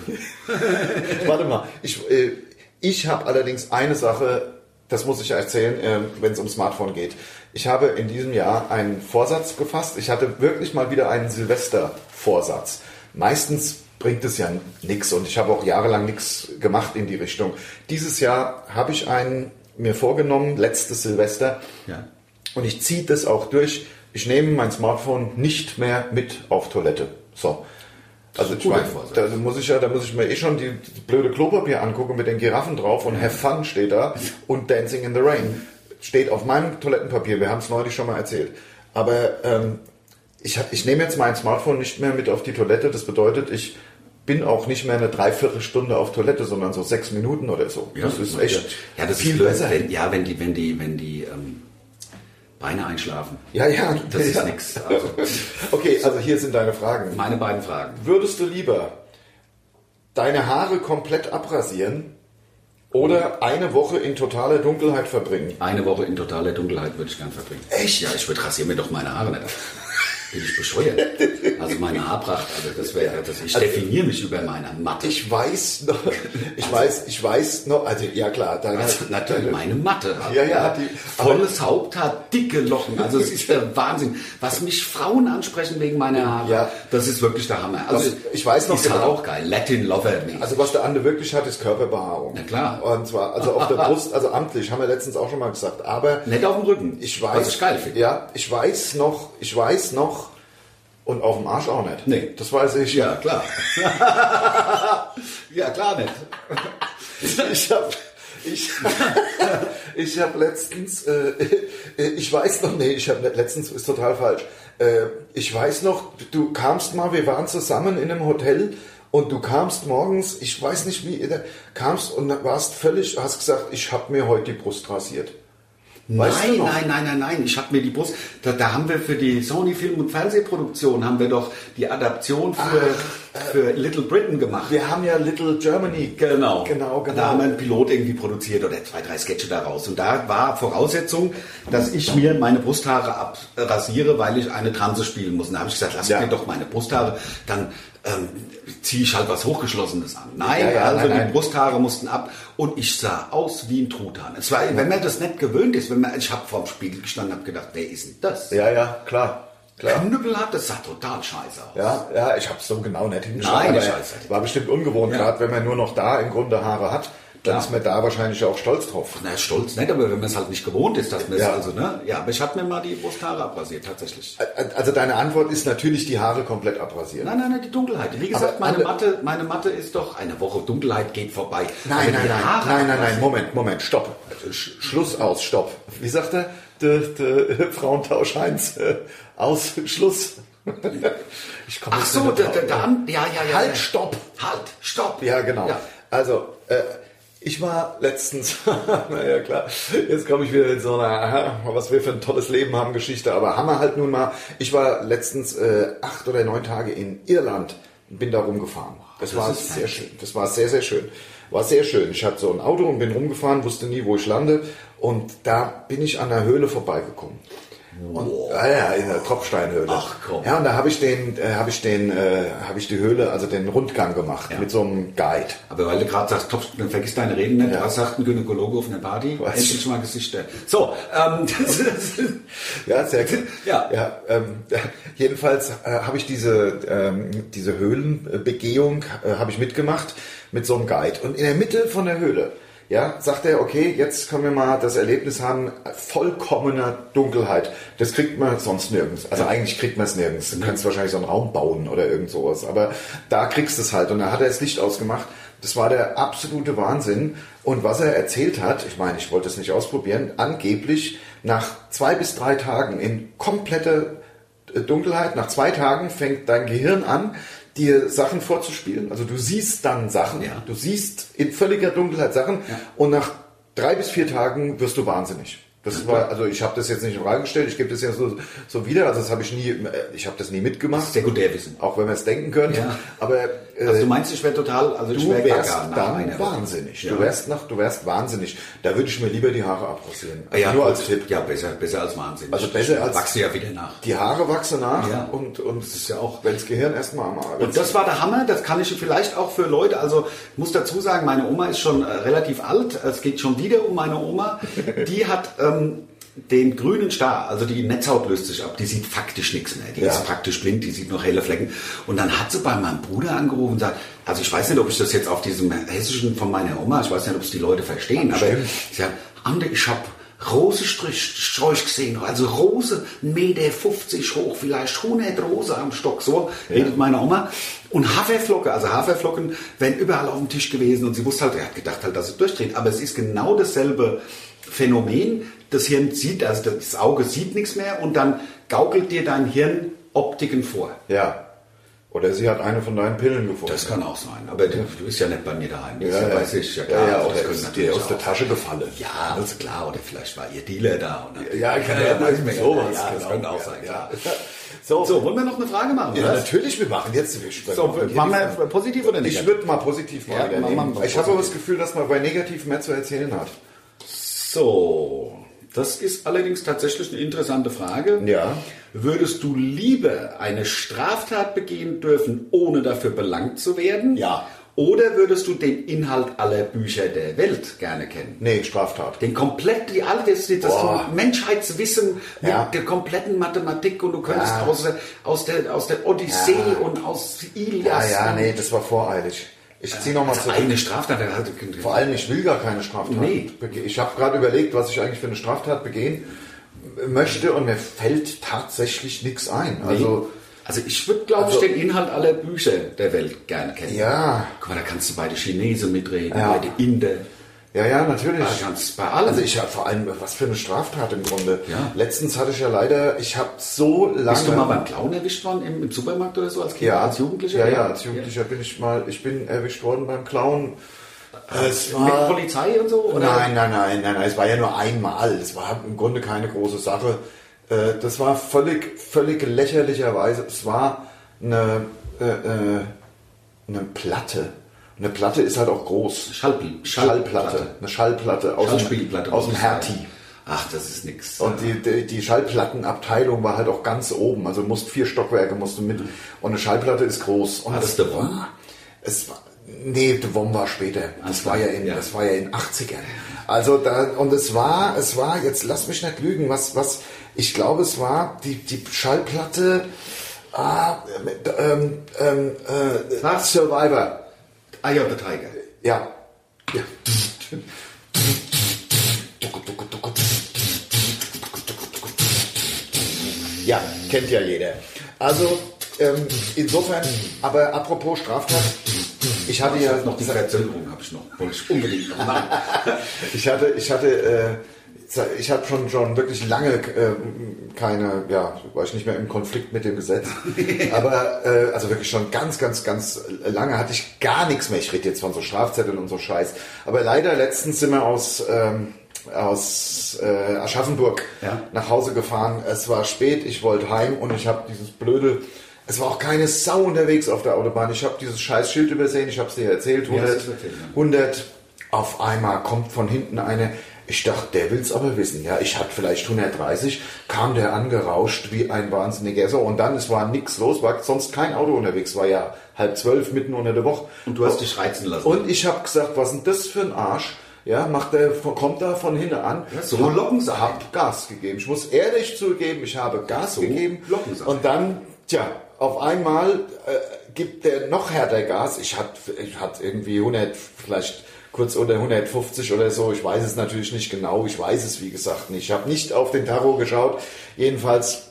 Warte mal, ich, äh, ich habe allerdings eine Sache, das muss ich ja erzählen, äh, wenn es um Smartphone geht. Ich habe in diesem Jahr einen Vorsatz gefasst. Ich hatte wirklich mal wieder einen Silvester-Vorsatz. Meistens bringt es ja nichts und ich habe auch jahrelang nichts gemacht in die Richtung. Dieses Jahr habe ich einen mir vorgenommen, letztes Silvester,
Ja.
und ich ziehe das auch durch. Ich nehme mein Smartphone nicht mehr mit auf Toilette. So. Also
ist ein
ich
guter
meine,
Vorsatz.
da muss ich ja, da muss ich mir eh schon die, die blöde Klopapier angucken mit den Giraffen drauf und Have Fun steht da und Dancing in the Rain steht auf meinem Toilettenpapier. Wir haben es neulich schon mal erzählt. Aber ähm, ich, hab- ich nehme jetzt mein Smartphone nicht mehr mit auf die Toilette. Das bedeutet, ich bin auch nicht mehr eine Dreiviertelstunde auf Toilette, sondern so sechs Minuten oder so. das ist echt
ja, das
viel
ist blöd,
besser.
Wenn, ja, wenn die, wenn die, wenn die ähm, Beine einschlafen.
Ja, ja.
Das
ja.
ist nichts. Also,
Okay, also hier sind deine Fragen.
meine beiden Fragen.
Würdest du lieber deine Haare komplett abrasieren oder eine Woche in totaler Dunkelheit verbringen?
Eine Woche in totaler Dunkelheit würde ich gern verbringen.
Echt?
Ja, ich würde rasieren mir doch meine Haare nicht ab. Bin ich bescheuert? Also meine Haarpracht, also das wäre, das, ich definiere mich über meine Matte.
Ich weiß noch, ich weiß, ich weiß noch, also ja klar, deine,
also, natürlich meine Matte. hat,
Ja, ja, die-
volles Haupthaar, dicke Locken. Also es ist der Wahnsinn. Was mich Frauen ansprechen wegen meiner Haare,
Ja.
das ist wirklich der Hammer.
Was- ich weiß noch
ist halt
genau.
auch geil. Latin Lover. mäßig.
Also was der Ande wirklich hat, ist Körperbehaarung.
Na klar.
Und zwar, also auf der Brust, also amtlich, haben wir letztens auch schon mal gesagt. Aber
Nicht auf dem Rücken.
ich weiß,
Was ich geil finde.
ja, ich weiß noch, ich weiß noch und auf dem Arsch auch nicht.
Nee.
das weiß ich.
Ja, klar. ja, klar nicht.
Ich habe ich, ich hab letztens, äh, ich weiß noch, nee, ich habe letztens, ist total falsch. Äh, ich weiß noch, du kamst mal, wir waren zusammen in einem Hotel und du kamst morgens, ich weiß nicht wie, äh, kamst und warst völlig, hast gesagt, ich habe mir heute die Brust rasiert. Weißt
nein,
du noch?
nein, nein, nein, nein. Ich habe mir die Brust. Da, da haben wir für die Sony Film und Fernsehproduktion haben wir doch die Adaption für, für Little Britain gemacht.
Wir haben ja Little Germany.
Genau.
Genau, genau.
Da haben wir einen Pilot irgendwie produziert oder zwei, drei Sketche daraus. Und da war Voraussetzung, dass ich mir meine Brusthaare abrasiere, weil ich eine Transe spielen muss. Und da habe ich gesagt, lass
Ja.
mir doch meine Brusthaare, dann ähm, ziehe ich halt was Hochgeschlossenes an. Nein,
Ja, ja,
also
nein,
die
nein.
Brusthaare mussten ab und ich sah aus wie ein Truthahn. Es war, wenn man das nicht gewöhnt ist, wenn man, ich habe vorm Spiegel gestanden und habe gedacht, wer ist denn das?
Ja, ja, klar. Klar.
Knüppel hat, das sah total scheiße aus.
Ja, ja, ich habe so genau nicht hingeschaut.
Nein,
aber
ich weiß nicht.
war bestimmt ungewohnt,
Ja.
gerade wenn man nur noch da im Grunde Haare hat, dann
Klar.
ist man da wahrscheinlich auch stolz drauf.
Na, stolz nicht, aber wenn man es halt nicht gewohnt ist, dass man es
Ja.
also, ne? Ja, aber ich hab mir mal die Brusthaare abrasiert, tatsächlich.
Also deine Antwort ist natürlich die Haare komplett abrasieren.
Nein, nein, nein, die Dunkelheit. Wie gesagt,
Aber
meine
alle-
Matte, meine Matte ist doch eine Woche Dunkelheit geht vorbei.
Nein,
Aber
nein,
die
nein,
Haare
nein, nein, nein,
abrasieren-
Moment, Moment, stopp. Sch Schluss aus, stopp. Wie sagt er? De, de, Frauentausch Heinz. Äh, Aus, Schluss. Ich komm
Ach
jetzt
so,
nicht
da,
mehr
da,
drauf.
da haben, ja, ja, ja.
Halt,
ja.
stopp.
Halt, stopp.
Ja, genau.
Ja.
Also, äh, ich war letztens, naja klar, jetzt komme ich wieder in so einer, aha, was wir für ein tolles Leben haben, Geschichte, aber Hammer halt nun mal. Ich war letztens äh, acht oder neun Tage in Irland und bin da rumgefahren. Das,
Das
war
ist
sehr schön. Das war sehr, sehr schön. War sehr schön. Ich hatte so ein Auto und bin rumgefahren, wusste nie, wo ich lande. Und da bin ich an einer Höhle vorbeigekommen. Und, ah ja, in der Tropfsteinhöhle.
Ach, komm.
Ja, und da habe ich den, äh, habe ich den, äh, habe ich die Höhle, also den Rundgang gemacht mit so einem Guide.
Aber weil du gerade sagst, Topf, dann vergiss deine Reden nicht, was sagt ein Gynäkologe auf einer Party?
Was?
Endlich mal Gesichter. So, ähm, das ist,
Ja, sehr gut.
Ja.
ja ähm, jedenfalls äh, habe ich diese, ähm, diese Höhlenbegehung äh, habe ich mitgemacht mit so einem Guide. Und in der Mitte von der Höhle ja, sagt er, okay, jetzt können wir mal das Erlebnis haben, vollkommener Dunkelheit. Das kriegt man sonst nirgends. Also eigentlich kriegt man es nirgends. Du kannst wahrscheinlich so einen Raum bauen oder irgend sowas. Aber da kriegst du es halt. Und da hat er das Licht ausgemacht. Das war der absolute Wahnsinn. Und was er erzählt hat, ich meine, ich wollte es nicht ausprobieren, angeblich nach zwei bis drei Tagen in kompletter äh, Dunkelheit, nach zwei Tagen fängt dein Gehirn an, dir Sachen vorzuspielen. Also du siehst dann Sachen,
Ja.
du siehst in völliger Dunkelheit Sachen und nach drei bis vier Tagen wirst du wahnsinnig. Das war, also ich habe das jetzt nicht in Frage gestellt, ich gebe das jetzt so, so wieder, also das habe ich nie, äh, ich habe das nie mitgemacht,
sekundär wissen.
auch wenn man es denken könnte,
Ja.
aber äh,
Also du meinst, ich wäre total, also ich
du
wäre
wärst
gaga nach einer
dann
Woche.
wahnsinnig.
Ja.
Du wärst nach, du wärst wahnsinnig. Da würde ich mir lieber die Haare abrasieren. Also
Ah ja,
Nur
gut.
als Tipp.
Ja, besser, besser als wahnsinnig.
Also besser als-
Wachsen ja wieder nach.
Die Haare wachsen nach
Ja.
und, und das
ist ja auch-
wenn das Gehirn erstmal am Arsch
Und das war der Hammer, das kann ich vielleicht auch für Leute, also ich muss dazu sagen, meine Oma ist schon äh, relativ alt, es geht schon wieder um meine Oma, die hat ähm, den grünen Star, also die Netzhaut löst sich ab, die sieht faktisch nichts mehr, die
Ja.
ist praktisch blind, die sieht noch helle Flecken. Und dann hat sie bei meinem Bruder angerufen und sagt, also ich weiß nicht, ob ich das jetzt auf diesem hessischen von meiner Oma, ich weiß nicht, ob es die Leute verstehen, aber
Stimmt.
sie sagt, Ande, ich habe Rose Strich, Streuch gesehen, also Rose, 1,50 Meter hoch, vielleicht 100 Rose am Stock, so redet meine Oma. Und Haferflocke, also Haferflocken wären überall auf dem Tisch gewesen und sie wusste halt, er hat gedacht halt, dass sie durchdreht, aber es ist genau dasselbe Phänomen, das Hirn sieht, also das Auge sieht nichts mehr und dann gaukelt dir dein Hirn Optiken vor.
Ja. Oder sie hat eine von deinen Pillen gefunden.
Das kann auch sein, aber du du bist ja nicht bei mir daheim, das
ja, ja.
weiß ich, ja klar,
ja, ja,
das
oder
können
ist
natürlich
dir aus der
auch-
Tasche gefallen.
Ja, also klar, oder vielleicht war ihr Dealer da. Und hat-
Ja, kann ja
weiß
sein,
man ja,
sowas,
Ja, das
genau.
könnte auch
Ja,
sein,
ja.
klar. So, wollen wir noch eine Frage machen?
Ja,
oder?
natürlich, wir machen jetzt. Wir sprechen
So,
über die
machen wir
Lebensmittel.
positiv oder negativ?
Ich würde mal positiv mal
Ja,
wieder
machen wir
nehmen.
mal
Ich habe aber das
positiv.
Gefühl, dass man bei negativ mehr zu erzählen hat.
So, das ist allerdings tatsächlich eine interessante Frage.
Ja.
Würdest du lieber eine Straftat begehen dürfen, ohne dafür belangt zu werden?
Ja.
Oder würdest du den Inhalt aller Bücher der Welt gerne kennen?
Nee, Straftat.
Den komplett, die alle, das, das
Boah.
Menschheitswissen mit
Ja.
der kompletten Mathematik und du könntest
Ja.
aus, der, aus, der, aus der Odyssee
Ja.
und aus
Ja,
Ilias.
ja,
und-
nee, das war voreilig. Ich ziehe nochmal
Also
zurück.
eine Straftat. Also, der hat-
Vor allem, ich will gar keine Straftat
Nee.
begehen. Ich habe gerade überlegt, was ich eigentlich für eine Straftat begehen möchte und mir fällt tatsächlich nichts ein. Also,
Also ich würde, glaube
Also-
ich, den Inhalt aller Bücher der Welt gerne kennen.
Ja.
Guck mal, da kannst du bei den Chinesen mitreden,
Ja.
bei den Inder,
ja, ja, natürlich.
da kannst du bei allem.
Also ich habe vor allem, was für eine Straftat im Grunde.
Ja.
Letztens hatte ich ja leider, ich habe so lange...
Bist du mal beim Clown erwischt worden im, im Supermarkt oder so als Kind,
ja,
als Jugendlicher?
Ja, ja, als Jugendlicher bin ich mal, ich bin erwischt worden beim Clown. Äh, Es
Ja. Mit Polizei und so? Oder?
Nein, nein, nein, nein, nein, es war ja nur einmal. Es war im Grunde keine große Sache. Äh, Das war völlig, völlig lächerlicherweise. Es war eine, äh, äh, eine Platte. Eine Platte ist halt auch groß. Schallplatte.
Schallpl- Schallplatte.
Eine Schallplatte aus,
Schallspielplatte.
dem, aus dem
muss ich sagen.
Hertie.
Ach, das ist nix.
Und die, die, die Schallplattenabteilung war halt auch ganz oben. Also musst vier Stockwerke musst du mit. Und eine Schallplatte ist groß. Und
War das der Wong?
Es war, nee, De Wom war später. Das
Ah,
war ja in,
ja.
das war ja in 80ern. Also da, und es war, es war, jetzt lass mich nicht lügen, was, was, ich glaube, es war die, die Schallplatte, ah, mit, ähm, ähm, äh,
Was?
Survivor.
Eye of the Tiger.
Ja. Ja. Ja, kennt ja jeder. Also, ähm, insofern, aber apropos Straftat, ich hatte ja
Noch die Verzögerung habe ich noch. Wollte ich unbedingt noch machen.
ich hatte, ich hatte, äh, ich habe schon schon wirklich lange äh, keine, ja, war ich nicht mehr im Konflikt mit dem Gesetz. Aber äh, also wirklich schon ganz, ganz, ganz lange hatte ich gar nichts mehr. Ich rede jetzt von so Strafzetteln und so Scheiß. Aber leider letztens sind wir aus ähm, aus äh, Aschaffenburg
Ja.
nach Hause gefahren. Es war spät, ich wollte heim und ich habe dieses blöde es war auch keine Sau unterwegs auf der Autobahn. Ich habe dieses scheiß Schild übersehen, ich habe es dir erzählt,
Ja,
100,
das ist wirklich, ja.
100. Auf einmal kommt von hinten eine. Ich dachte, der will's aber wissen. Ja, ich hatte vielleicht 130, kam der angerauscht wie ein wahnsinniger so und dann es war nix los, war sonst kein Auto unterwegs, war ja halb zwölf mitten unter der Woche. Oh.
Und du hast dich reizen lassen.
Und ich habe gesagt, was ist denn das für ein Arsch? Ja, macht der, kommt da von hinten an.
so
Hab-
Lockensaft.
Hab Gas gegeben. Ich muss ehrlich zugeben, ich habe Gas
So
gegeben.
Lockensaft.
Und dann, tja, auf einmal äh, gibt der noch härter Gas. Ich hatte ich hat irgendwie 100, vielleicht kurz unter 150 oder so. Ich weiß es natürlich nicht genau. Ich weiß es, wie gesagt, nicht. Ich habe nicht auf den Tarot geschaut. Jedenfalls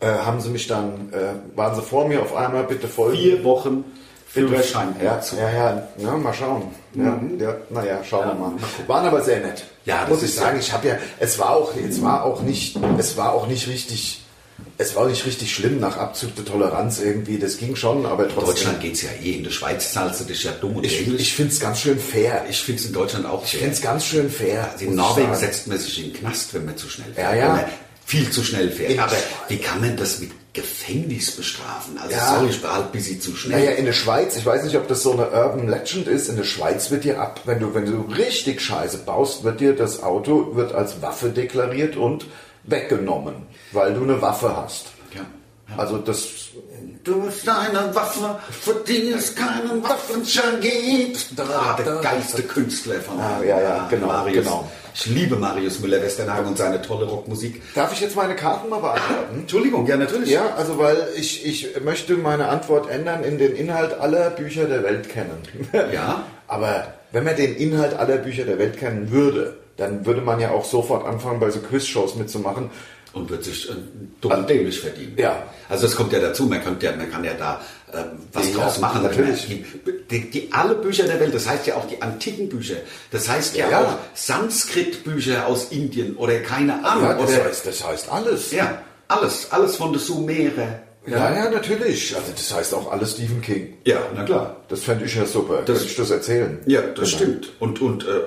äh, haben sie mich dann, äh, waren sie vor mir auf einmal, bitte folgen.
Vier Wochen Führerschein.
Ja, ja, ja, ja, mal schauen. Ja, ja, naja, schauen wir mal. Waren aber sehr nett.
Mhm. Ja, das
muss ich
ist
sagen,
ja-
ich habe ja, es war auch, es war auch nicht, es war auch nicht richtig, es war auch nicht richtig schlimm nach Abzug der Toleranz irgendwie. Das ging schon, aber trotzdem.
Deutschland geht's ja eh. In der Schweiz zahlst du dich ja dumm und
Ich,
dämlich.
ich finde es ganz schön fair. Ich
Ich finde es in Deutschland auch
finde es ganz schön fair.
In
muss ich
Norwegen
sagen.
setzt man sich in den Knast, wenn man zu schnell fährt.
Ja, ja.
Wenn man viel zu schnell fährt.
Ja.
Aber wie kann man das mit Gefängnis bestrafen? Also
Ja.
sorry, ich war halt ein bisschen zu schnell.
Naja, in der Schweiz, ich weiß nicht, ob das so eine Urban Legend ist, in der Schweiz wird dir ab, wenn du, wenn du richtig Scheiße baust, wird dir das Auto, wird als Waffe deklariert und weggenommen, weil du eine Waffe hast.
Ja.
Also das,
Du bist eine Waffe, für die es keinen Waffenschein gibt. Da, der geilste Künstler von
Ah, ja, ja, genau,
Marius.
genau.
Ich liebe Marius Müller-Westernhagen und seine tolle Rockmusik.
darf ich jetzt meine Karten mal beantworten?
Entschuldigung, ja, natürlich.
Ja, also weil ich, ich möchte meine Antwort ändern in den Inhalt aller Bücher der Welt kennen.
Ja.
Aber wenn man den Inhalt aller Bücher der Welt kennen würde, dann würde man ja auch sofort anfangen, bei so Quiz-Shows mitzumachen.
Und wird sich äh, dumm und dämlich verdienen.
Ja.
Also das kommt ja dazu, man, könnte ja, man kann ja da ähm, was
Ja,
draus machen.
natürlich.
Die, die, die, alle Bücher der Welt, das heißt ja auch die antiken Bücher, das heißt ja,
Ja.
auch Sanskrit-Bücher aus Indien oder keine Ahnung.
Ja, Ah, das
oder,
heißt, das heißt alles.
ja alles, alles von der Sumerer.
Ja, ja, natürlich. Also das heißt auch alles Stephen King.
Ja, na klar.
Das fände ich ja super. Das,
Das-
Könnte ich das erzählen? Genau.
Ja, das stimmt. Und, und äh,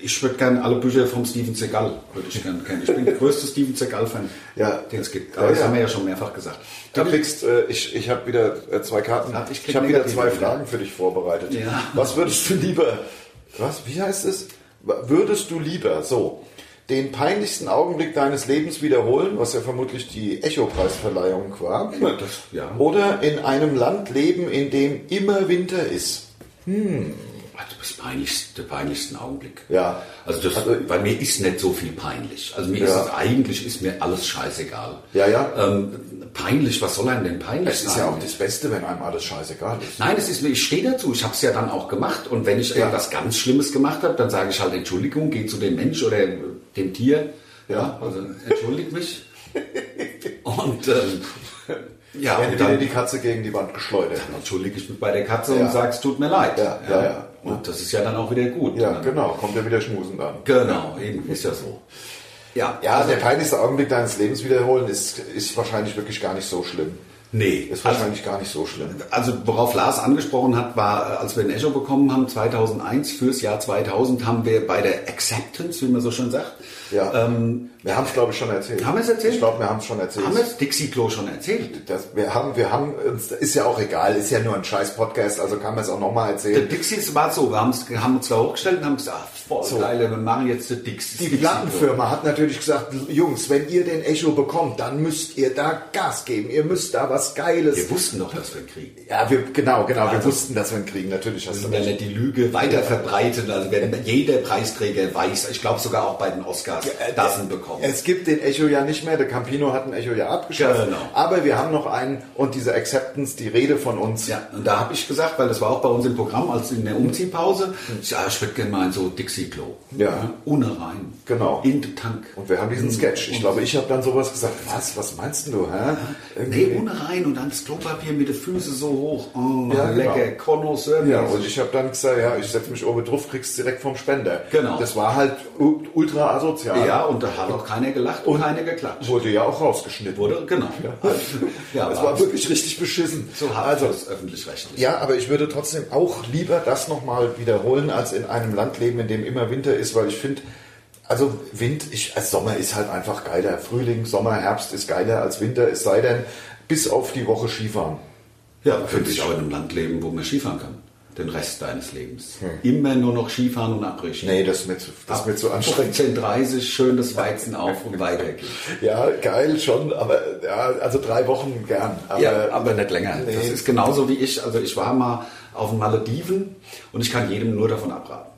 ich würde gerne alle Bücher von Steven Seagal würde ich gerne kennen. Ich bin der größte Steven Seagal-Fan,
Ja.
den es gibt. Aber
Ja,
das
ja.
haben wir ja schon mehrfach gesagt.
Du kriegst, äh, ich, ich habe wieder äh, zwei Karten.
Ach, ich
ich
krieg
habe wieder
negative
zwei
wieder.
Fragen für dich vorbereitet.
Ja.
Was würdest du lieber, was, wie heißt es? Würdest du lieber, so, den peinlichsten Augenblick deines Lebens wiederholen, was ja vermutlich die Echo-Preisverleihung war,
Ja, das- ja.
oder in einem Land leben, in dem immer Winter ist?
Ach, Ah, Du bist peinlich, der peinlichsten Augenblick.
Ja.
Also, das, bei mir ist nicht so viel peinlich. Also mir
Ja.
ist es, eigentlich ist mir alles scheißegal.
Ja, ja.
Ähm, peinlich, was soll einem denn peinlich
Es
sein?
ist ja auch das Beste, wenn einem alles scheißegal ist.
Nein, es ist mir, ich stehe dazu. Ich habe es ja dann auch gemacht. Und wenn ich irgendwas ganz Schlimmes gemacht habe, dann sage ich halt Entschuldigung, geh zu dem Mensch oder äh, dem Tier. Ja, also entschuldigt mich. Und ähm, ja,
Wenn
und
wieder
dann
die Katze gegen die Wand geschleudert.
entschuldige ich mich bei der Katze
Ja.
und sagst, tut mir leid.
Ja, ja, ja.
Und das ist ja dann auch wieder gut.
Ja,
Dann-
genau, kommt ja wieder schmusend an.
Genau, eben, ist ja so. Ja, also,
Ja, der peinlichste Augenblick deines Lebens wiederholen ist, ist wahrscheinlich wirklich gar nicht so schlimm.
nee.
Ist
Also,
wahrscheinlich gar nicht so schlimm.
also worauf Lars angesprochen hat, war, äh, als wir den Echo bekommen haben, 2001, fürs Jahr 2000 haben wir bei der Acceptance, wie man so schön sagt,
Ja.
ähm,
wir haben es, glaube ich, schon erzählt.
Haben wir's erzählt?
Ich glaube, wir haben es schon erzählt.
haben wir das Dixie-Klo schon erzählt.
das, wir haben, wir haben uns, ist ja auch egal, ist ja nur ein scheiß Podcast, also kann man es auch nochmal
Der
erzählen.
Dixies war so, wir haben's- haben uns da hochgestellt und haben gesagt, ah, voll
So.
geil, wir machen jetzt die Dixies.
Die
Dixie-Klo.
Plattenfirma hat natürlich gesagt, Jungs, wenn ihr den Echo bekommt, dann müsst ihr da Gas geben, ihr müsst da was Geiles.
Wir wussten doch, dass wir kriegen.
ja, wir, genau, genau, wir
Also-
wussten, dass wir ihn kriegen, natürlich hast du
Und dann
recht.
nicht die Lüge weiter verbreiten. Also wenn jeder Preisträger weiß, ich glaube sogar auch bei den Oscars, das ihn bekommen.
äh, Es gibt den Echo ja nicht mehr, der Campino hat ein Echo ja abgeschafft,
Genau.
aber wir haben noch einen und diese Acceptance, die Rede von uns.
Ja, und da habe ich gesagt, weil das war auch bei uns im Programm, als in der Umziehpause, ich, sag, ich würde gerne mal in so Dixie-Klo.
Hm. Ja.
Ohne rein.
Genau.
In den Tank. Hm.
Und wir haben diesen
Mhm.
Sketch. Ich glaube, ich habe dann sowas gesagt, was, was meinst du, hä? Irgendwie-
Nee, ohne rein und dann das Klopapier mit den Füßen so hoch. Oh,
Ja,
lecker.
genau.
Conno Service.
Ja, und ich habe dann gesagt, ja, ich setze mich oben drauf, kriegst direkt vom Spender.
Genau.
Das war halt u- ultra asozial.
ja, und da hat auch keiner gelacht und, keiner geklatscht.
Wurde ja auch rausgeschnitten.
Wurde, genau.
das
Ja, war-
also, war wirklich richtig beschissen.
So hart also, das öffentlich-rechtlich.
Ja, aber ich würde trotzdem auch lieber das nochmal wiederholen, als in einem Land leben, in dem immer Winter ist, weil ich finde, also Wind, ich, also Sommer ist halt einfach geiler. Frühling, Sommer, Herbst ist geiler als Winter, es sei denn, bis auf die Woche Skifahren.
Ja, könnte ich auch in einem Land leben, wo man Skifahren kann. den Rest deines Lebens.
Hm.
Immer nur noch Skifahren und Abrechen.
Nee, das ist mir zu, das ist mir
Ah.
zu anstrengend.
15.30 schön das Weizen auf und weiter geht's.
Ja, geil schon, aber ja, also drei Wochen gern. Aber,
ja, aber nicht länger.
Nee.
Das ist genauso wie ich. Also ich war mal auf den Malediven und ich kann jedem nur davon abraten.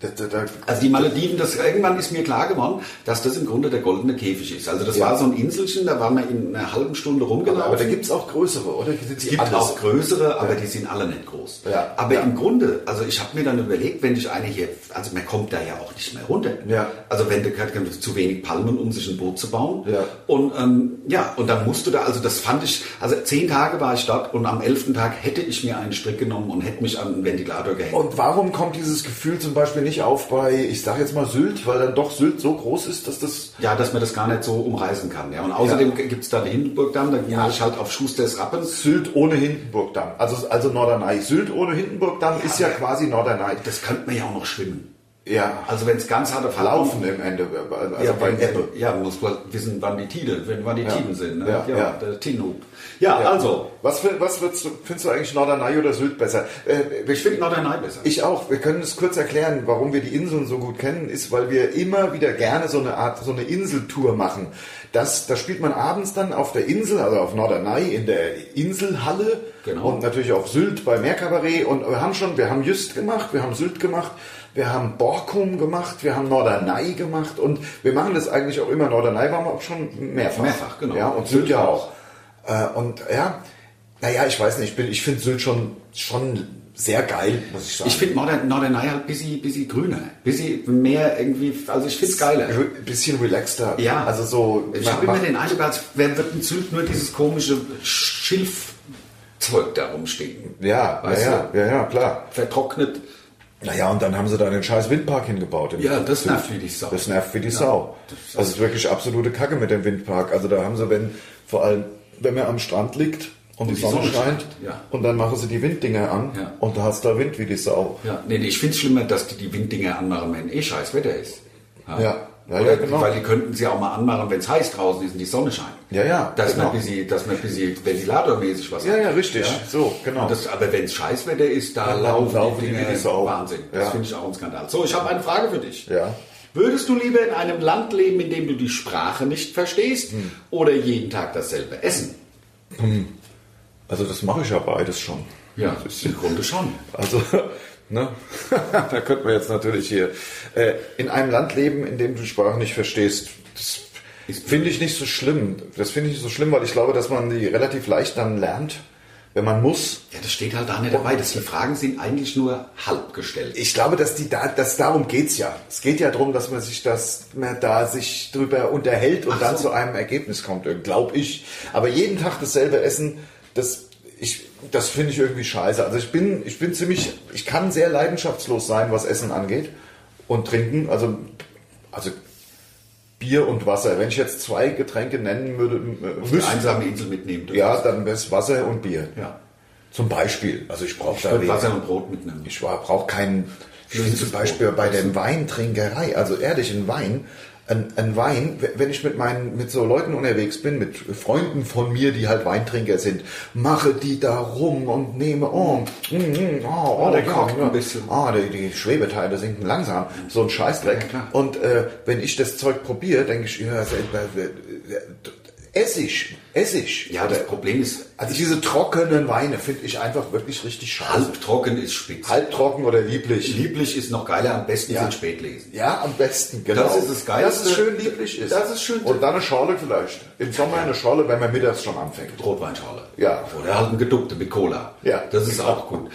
da, da, da,
Also die Malediven, das irgendwann ist mir klar geworden, dass das im Grunde der goldene Käfig ist. Also das
Ja.
war so ein Inselchen, da waren wir in einer halben Stunde rumgelaufen.
aber da gibt's auch größere, oder? Sind
Es gibt auch größere, aber die sind alle nicht groß.
Ja.
Aber
Ja.
im Grunde, also ich habe mir dann überlegt, wenn ich eine hier, also man kommt da ja auch nicht mehr runter.
Ja.
Also wenn du gerade zu wenig Palmen, um sich ein Boot zu bauen.
Ja.
Und ähm, ja, und dann musst du da, also das fand ich, also zehn Tage war ich dort und am elften Tag hätte ich mir einen Strick genommen und hätte mich an einen Ventilator gehängt.
Und warum kommt dieses Gefühl zum Beispiel nicht auf bei, ich sag jetzt mal Sylt, weil dann doch Sylt so groß ist, dass das
ja, dass man das gar nicht so umreißen kann. Ja. Und außerdem gibt's da den Hindenburgdamm, da ja. ich halt auf Schusters Rappen.
Sylt ohne Hindenburgdamm, also, also Norderney. Sylt ohne Hindenburgdamm ist ja quasi Norderney.
Das könnte man ja auch noch schwimmen.
Ja,
Also wenn es ganz harte Fahrt
laufen im Ende, also
ja,
beim
beim Ebbe. Ja, muss man wissen, wann die Tide, wenn wann die Tiden sind. Ne?
Ja, ja.
der Tinhub. Ja, also,
Was, für, was würdest du, findest du eigentlich Norderney oder Sylt besser? Äh, wir
ich finde Norderney besser.
Ich auch. Wir können es kurz erklären, warum wir die Inseln so gut kennen, ist, weil wir immer wieder gerne so eine Art, so eine Inseltour machen. Das, da spielt man abends dann auf der Insel, also auf Norderney in der Inselhalle
Genau.
und natürlich auf Sylt bei Meerkabarett und wir haben schon, wir haben Jüst gemacht, wir haben Sylt gemacht, wir haben Borkum gemacht, wir haben Norderney gemacht und wir machen das eigentlich auch immer. Norderney waren wir auch schon mehrfach.
Mehrfach, genau.
Ja, und Sylt ja auch. Äh, und ja, naja, ich weiß nicht, ich, bin- ich finde Sylt schon, schon sehr geil, muss ich sagen.
ich finde Nordern, Norderney halt ein bisschen, bisschen grüner, ein bisschen mehr irgendwie, also ich finde es geiler.
Re- bisschen relaxter.
Ja,
Also so.
Ich
man
habe immer
macht-
den Eindruck, als wär- wird ein Sylt nur dieses komische Schilfzeug da rumstehen.
ja, ja,
weißt
ja,
du?
ja, ja, klar.
Vertrocknet.
Naja, und dann haben sie da den scheiß Windpark hingebaut. im
Ja, das
Süden.
nervt wie die Sau.
Das nervt wie die Sau. Also es ist wirklich absolute Kacke mit dem Windpark. Also da haben sie, wenn, vor allem, wenn man am Strand liegt und, die, Sonne, scheint,
ja.
und dann machen sie die Winddinger an
Ja.
und da hast du da Wind wie die Sau.
Ja, nee, nee, ich finde es schlimmer, dass die die Winddinger anmachen, wenn eh scheiß Wetter ist.
Ja. Ja,
Oder,
ja, genau.
Weil die könnten sie auch mal anmachen, wenn es heiß draußen ist und die Sonne scheint.
Ja, ja,
Dass
genau.
man ein bisschen, dass man ein bisschen ventilatormäßig was
Ja,
hat.
ja, richtig. So, genau.
Das, aber wenn es Scheißwetter ist, da
dann
laufen,
laufen
die
die
Dinger
wie die Sau.
Wahnsinn. Das
Ja.
finde ich auch ein Skandal. So, ich habe eine Frage für dich.
Ja.
Würdest du lieber in einem Land leben, in dem du die Sprache nicht verstehst
Hm.
oder jeden Tag dasselbe essen?
Also das mache ich ja beides schon.
Ja, im Grunde schon.
Also, ne? da könnten wir jetzt natürlich hier äh, in einem Land leben, in dem du die Sprache nicht verstehst. Das finde ich nicht so schlimm. Das finde ich nicht so schlimm, weil ich glaube, dass man die relativ leicht dann lernt, wenn man muss.
Ja, das steht halt da nicht dabei. Das, die Fragen sind eigentlich nur halb gestellt.
Ich glaube, dass die da, dass darum geht's ja. Es geht ja darum, dass man sich das, man da sich drüber unterhält und
Ach
dann
so.
zu einem Ergebnis kommt, glaube ich. Aber jeden Tag dasselbe Essen, das ich, das finde ich irgendwie scheiße. Also ich bin, ich bin ziemlich, ich kann sehr leidenschaftslos sein, was Essen angeht und Trinken. Also, also Bier und Wasser. Wenn ich jetzt zwei Getränke nennen würde, äh,
Eine
müsste,
einsame Insel mitnehmen. dürfen.
ja, dann wäre es Wasser und Bier.
Ja.
Zum Beispiel. Also ich brauche da
Mit
wenig.
Wasser und Brot mitnehmen.
Ich brauche keinen. Ich bin
Flüssiges
zum
Brot.
Beispiel bei der Weintrinkerei, also ehrlich, ein Wein, ein, ein Wein, w- wenn ich mit meinen, mit so Leuten unterwegs bin, mit Freunden von mir, die halt Weintrinker sind, mache die da rum und nehme, oh, mm, mm, oh, oh,
der
ja,
kocht ein
ja.
bisschen. Mhm.
Ah, die, die Schwebeteile sinken langsam. So ein Scheißdreck.
Ja, klar.
und äh, wenn ich das Zeug probiere, denke ich, ja, se- äh, äh, Essig, Essig.
Ja, das Problem ist,
Also diese trockenen Weine finde ich einfach wirklich richtig scheiße.
halbtrocken ist spitz.
Halbtrocken oder lieblich.
Lieblich ist noch geiler, am besten
Ja.
sind Spätlesen.
Ja, am besten, genau.
Das ist das Geilste.
Dass es schön lieblich ist.
Das ist schön.
Und dann eine Schorle vielleicht. Im Sommer eine Schorle, wenn man mittags schon anfängt.
Rotweinschorle.
Ja.
Oder halt ein Geduckte mit Cola.
Ja.
Das ist auch gut.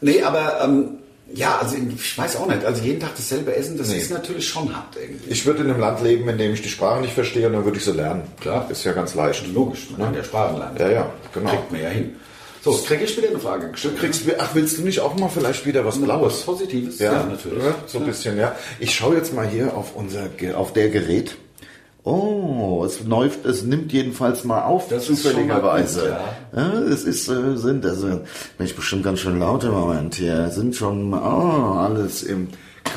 Nee, aber ähm, ja, also ich weiß auch nicht. Also jeden Tag dasselbe Essen, das ist natürlich schon hart irgendwie.
Ich würde in einem Land leben, in dem ich die Sprache nicht verstehe und dann würde ich sie lernen.
Klar.
Ist ja ganz leicht.
Logisch, man kann ja Sprachen lernen.
Ja, ja, genau.
Kriegt man ja hin. So, jetzt kriege ich wieder eine Frage
Du
gestellt.
kriegst, ach, willst du nicht auch mal vielleicht wieder was
Was
Blaues?
Positives? natürlich.
oder? So ein bisschen, ja. Ich schaue jetzt mal hier auf unser, Ge- auf der Gerät. Oh, es, läuft, es nimmt jedenfalls mal auf,
Das ist schon
zufälligerweise.
mal
Ja, es ist, äh, sind, also, bin ich bestimmt ganz schön laut im Moment hier. Sind schon, oh,
Alles im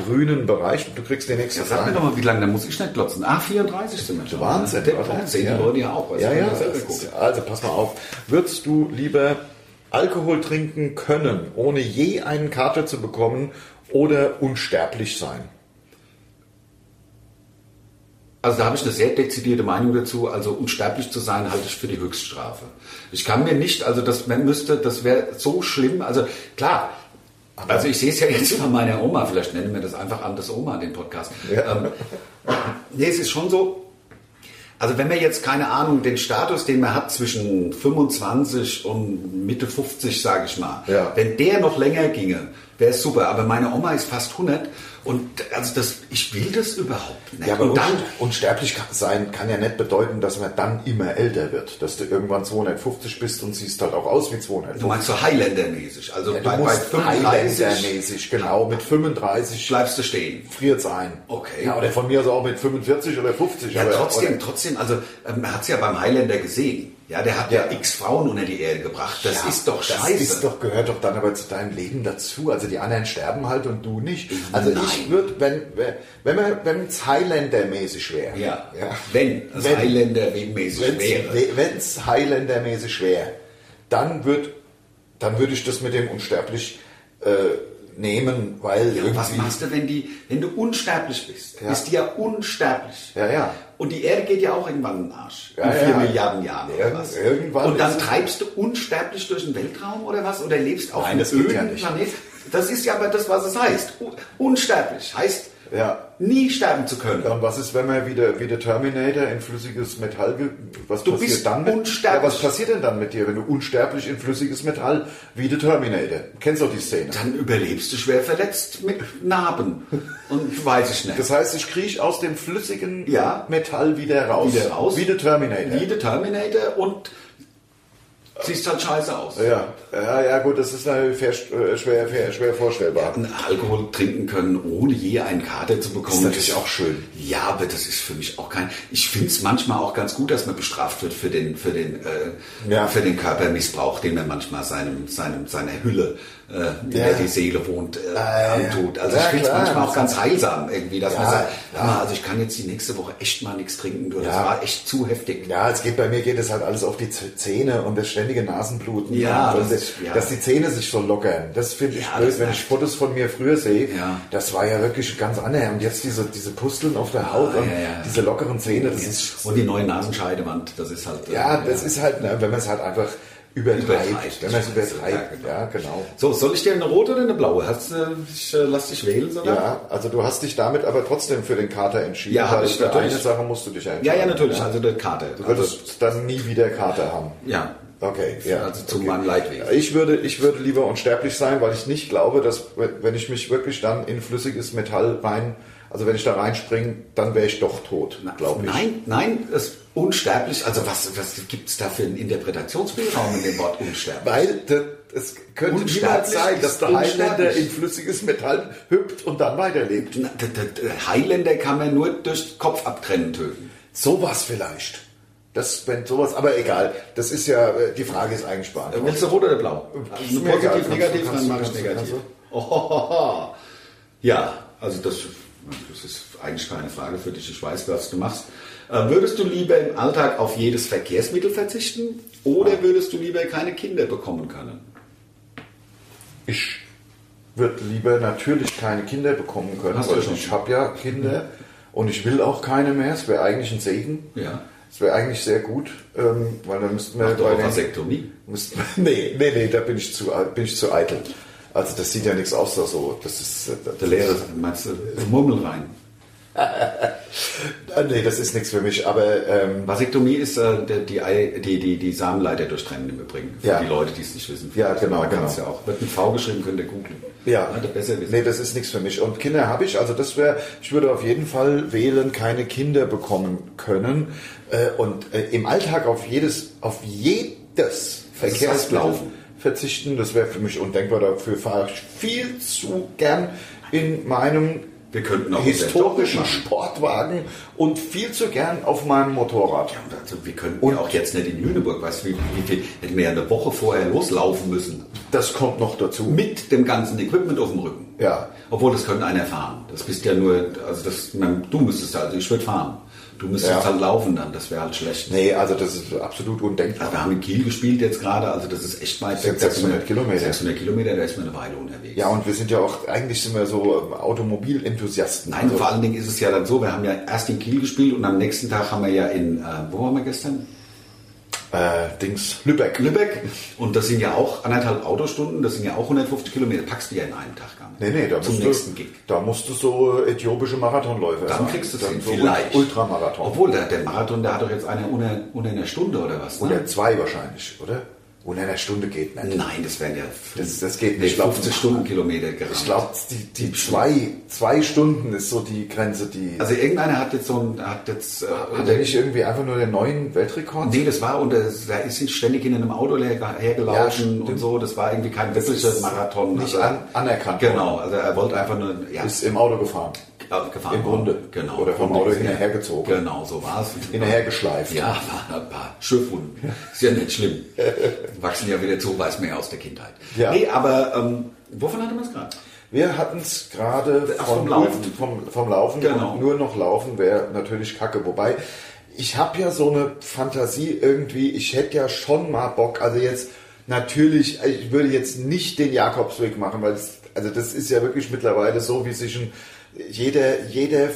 grünen Bereich. Du kriegst den nächsten
Ja, sag mir doch mal, wie lange, da muss ich nicht klotzen. Ah, 34 sind wir schon.
Wahnsinn,
Der
oder?
sehen die Leute ja auch. weißt
Ja,
du, wenn
ja.
du selber
das
guckst.
ist- Also pass mal auf. Würdest du lieber Alkohol trinken können, ohne je einen Kater zu bekommen oder unsterblich sein.
Also da habe ich eine sehr dezidierte Meinung dazu. Also unsterblich zu sein, halte ich für die Höchststrafe. Ich kann mir nicht, also das man müsste, das wäre so schlimm. Also klar, also ich sehe es ja jetzt von meiner Oma, vielleicht nennen wir das einfach anders Oma, den Podcast. Ähm, nee, es ist schon so, also wenn man jetzt keine Ahnung, den Status, den man hat zwischen 25 und Mitte 50, sage ich mal,
Ja.
wenn der noch länger ginge, wäre es super. Aber meine Oma ist fast 100 und also das, ich will das überhaupt nicht.
Ja, aber
und dann,
unsterblich ka- sein kann ja nicht bedeuten, dass man dann immer älter wird. Dass du irgendwann 250 bist und siehst halt auch aus wie 250.
du meinst so Highlander-mäßig, also
Ja,
bei, bei 35
Highlander-mäßig, genau, mit 35
bleibst du stehen.
friert ein.
Okay.
Ja, oder von mir aus auch mit 45 oder 50.
Ja,
aber,
trotzdem, trotzdem, also ähm, man hat es ja beim Highlander gesehen. Ja, der hat ja,
Ja.
x Frauen unter die Erde gebracht. Das
Ja,
ist doch scheiße.
Das ist doch, gehört doch dann aber zu deinem Leben dazu. Also die anderen sterben halt und du nicht. Also
Nein.
ich würde, wenn wenn wir- wenn es Highlander-mäßig wäre.
ja.
ja.
wenn es
Wenn-
Highlander-mäßig wäre.
Wenn es Highlander-mäßig wäre, dann würde dann würd ich das mit dem Unsterblich äh, nehmen, weil
Ja, und was machst du, wenn, die, wenn du unsterblich bist?
Ja.
Bist die ja unsterblich.
Ja, ja.
Und die Erde geht ja auch irgendwann in den Arsch.
Ja,
in vier
ja.
Milliarden Jahren oder
Irgend-
was.
irgendwann
und dann
ist-
treibst du unsterblich durch den Weltraum oder was? Oder lebst auf
Nein,
einem
das geht
öden
ja nicht.
Planet? Das ist ja aber das, was es heißt. Un- Unsterblich heißt,
Ja.
nie sterben zu können.
Ja, Und was ist, wenn man wie der, wie der Terminator in flüssiges Metall... ge- Was
Du
passiert
bist
dann mit,
unsterblich.
Ja, was passiert denn dann mit dir, wenn du unsterblich in flüssiges Metall wie der Terminator? Kennst du die Szene?
Dann überlebst du schwer verletzt mit Narben. Und weiß ich nicht.
Das heißt, ich kriege aus dem flüssigen
Ja.
Metall wieder raus.
Wieder raus.
Wie der Terminator.
Wie der Terminator und siehst halt scheiße aus.
ja. ja, ja gut, das ist natürlich fair, äh, schwer, fair, schwer vorstellbar.
Ein Alkohol trinken können, ohne je einen Kater zu bekommen.
Ist natürlich auch schön.
Ja, aber das ist für mich auch kein. Ich finde es manchmal auch ganz gut, dass man bestraft wird für den, für den, äh,
Ja.
für den Körpermissbrauch, den man manchmal seinem, seinem, seiner Hülle, äh, in
Ja.
der die Seele wohnt, äh,
Ah, ja.
antut. Also
Ja,
ich finde es
klar,
manchmal auch
das
ganz heilsam irgendwie, dass man
Ja,
sagt, hör mal, also ich kann jetzt die nächste Woche echt mal nichts trinken, du, das
Ja.
war echt zu heftig.
Ja, es geht bei mir geht es halt alles auf die Z- Zähne und das ständige Nasenbluten.
Ja,
und
das
das,
ist- ja.
dass die Zähne sich so lockern. Das finde ich
Ja, das
blöd, wenn ich
nervt.
Fotos von mir früher sehe.
Ja.
Das war ja wirklich ganz anders. Und jetzt diese, diese Pusteln auf der Haut
Ah,
und
ja, ja.
diese lockeren Zähne, das ist
Und die neue Nasenscheidewand, das ist halt. äh,
ja, das ist halt, ne, wenn man es halt einfach übertreibt,
Übertreibt.
wenn man es übertreibt,
Ja,
ja, genau.
So, soll ich dir eine rote oder eine blaue? Hast, äh, ich, äh, lass dich wählen sogar?
Ja, also du hast dich damit aber trotzdem für den Kater entschieden.
Ja, hab
weil
ich
für
natürlich.
eine Sache musst du dich entscheiden.
ja, ja, natürlich. Also der Karte.
Du
Also,
würdest dann nie wieder Kater haben.
ja.
Okay, ja.
Also zu
okay. Äh,
meinem Leidwesen.
Ich würde, ich würde lieber unsterblich sein, weil ich nicht glaube, dass wenn ich mich wirklich dann in flüssiges Metall rein, also wenn ich da reinspringe, dann wäre ich doch tot, glaube ich.
Nein, nein, das ist unsterblich. Also was, was gibt es da für einen Interpretationsspielraum in dem Wort unsterblich?
Weil das, es könnte niemals
Unsterblich
sein,
ist
dass der Highlander
unsterblich.
in flüssiges Metall hüpft und dann weiterlebt.
Na, d- d- d- Highlander kann man nur durch Kopf abtrennen töten.
Sowas vielleicht. Das, wenn sowas, aber egal. Das ist ja, äh, die Frage ist eigentlich beantwortet.
Willst Äh, du rot oder blau?
Äh, Ist mir egal. Kannst du- kannst du- kannst du-
Oh, Ohohoho. Ja, also das, das ist eigentlich keine Frage für dich. Ich weiß, was du machst. Äh, würdest du lieber im Alltag auf jedes Verkehrsmittel verzichten
Ah.
oder würdest du lieber keine Kinder bekommen können?
Ich würde lieber natürlich keine Kinder bekommen können,
Hast du
weil
schon.
ich habe ja Kinder und ich will auch keine mehr. Es wäre eigentlich ein Segen.
Ja.
Es wäre eigentlich sehr gut, ähm, weil dann müssten wir
Mach doch
bei
auch
den-
Vasektomie.
müssten, nee, nee, nee, da bin ich zu bin ich zu eitel. Also das sieht ja nichts aus da so. Das ist äh, das
Der Lehrer, meinst du, Murmel rein.
Ist, äh, nee, das ist nichts für mich, aber ähm,
Vasektomie ist äh, der, die, Ei- die, die, die Samenleiter durchtrennen im Übrigen. Für
Ja.
die Leute, die es nicht wissen.
Ja, genau,
Man kann es
genau.
ja auch. Wird mit V geschrieben, könnt ihr googeln.
Ja,
Hat ihr besser wissen.
nee, das ist nichts für mich. Und Kinder habe ich, also das wäre, ich würde auf jeden Fall wählen, keine Kinder bekommen können. Äh, und äh, im Alltag auf jedes, auf jedes
heißt
Verkehrsmittel
laufen.
verzichten, das wäre für mich undenkbar. Dafür fahre ich viel zu gern in meinem
Wir könnten auch
historischen
unser Job
Sportwagen und viel zu gern auf meinem Motorrad.
machen. also wir könnten ja auch jetzt nicht in Lüneburg, weißt du, wie, wie viel, hätten wir ja eine Woche vorher loslaufen müssen.
Das kommt noch dazu.
Mit dem ganzen Equipment auf dem Rücken.
Ja.
Obwohl, das könnte einer fahren. Das bist ja nur, also das, man, du müsstest halt, ich würde fahren. Du müsstest
Ja.
halt laufen dann, das wäre halt schlecht.
Nee, also das ist absolut undenkbar.
Also wir haben in Kiel gespielt jetzt gerade, also das ist echt weit
sind
weg.
600 Kilometer.
600 Kilometer, da ist man eine Weile unterwegs.
Ja, und wir sind ja auch, eigentlich sind wir so ähm, Automobilenthusiasten. Also
Nein, vor allen Dingen ist es ja dann so, wir haben ja erst in Kiel gespielt und am nächsten Tag haben wir ja in, äh, wo waren wir gestern?
äh, Dings, Lübeck.
Lübeck. Und das sind ja auch anderthalb Autostunden, das sind ja auch 150 Kilometer. Packst du ja in einem Tag gar nicht.
Nee, nee, da
Zum
musst,
nächsten
du,
Gig.
da musst du so äh, äthiopische Marathonläufer
Dann
sein.
kriegst du es
Dann
hin,
so
vielleicht.
Ultramarathon.
Obwohl, der, der Marathon, der hat doch jetzt einer unter, unter einer Stunde oder was, ne?
Oder zwei wahrscheinlich, oder? Unter einer Stunde geht nicht.
Nein, das wären ja
Das- das geht
nee,
nicht.
50 Stundenkilometer gerannt.
Ich glaube, die, die zwei, zwei Stunden ist so die Grenze, die...
Also irgendeiner hat jetzt so ein, hat jetzt, äh,
hat er nicht irgendwie einfach nur den neuen Weltrekord?
Nee, das war und das, da ist sie ständig in einem Auto leer-
Ja,
hergelaufen
stimmt.
und so. Das war irgendwie kein
Das
wirklicher
ist
Marathon.
nicht
also,
an- anerkannt
Genau, also er wollte einfach nur ja,
Ist im Auto gefahren.
äh, gefahren.
im Grunde.
Genau.
Oder vom
Grunde
Auto
ist er-
hinterhergezogen.
Genau, so war es.
Hinterhergeschleift.
Ja, waren ein paar Schiffwunden. Ist ja nicht schlimm. Wachsen ja wieder zu, weiß man ja aus der Kindheit.
Ja.
Nee, aber ähm, wovon hatte man es gerade?
Wir hatten es gerade
Ach,
vom
Äh, vom Laufen.
Ulf- Vom, vom Laufen.
Genau.
Und Nur noch Laufen wäre natürlich kacke. Wobei, ich habe ja so eine Fantasie irgendwie, ich hätte ja schon mal Bock. Also jetzt natürlich, äh, ich würde jetzt nicht den Jakobsweg machen, weil es, also das ist ja wirklich mittlerweile so, wie sich ein, jeder, jeder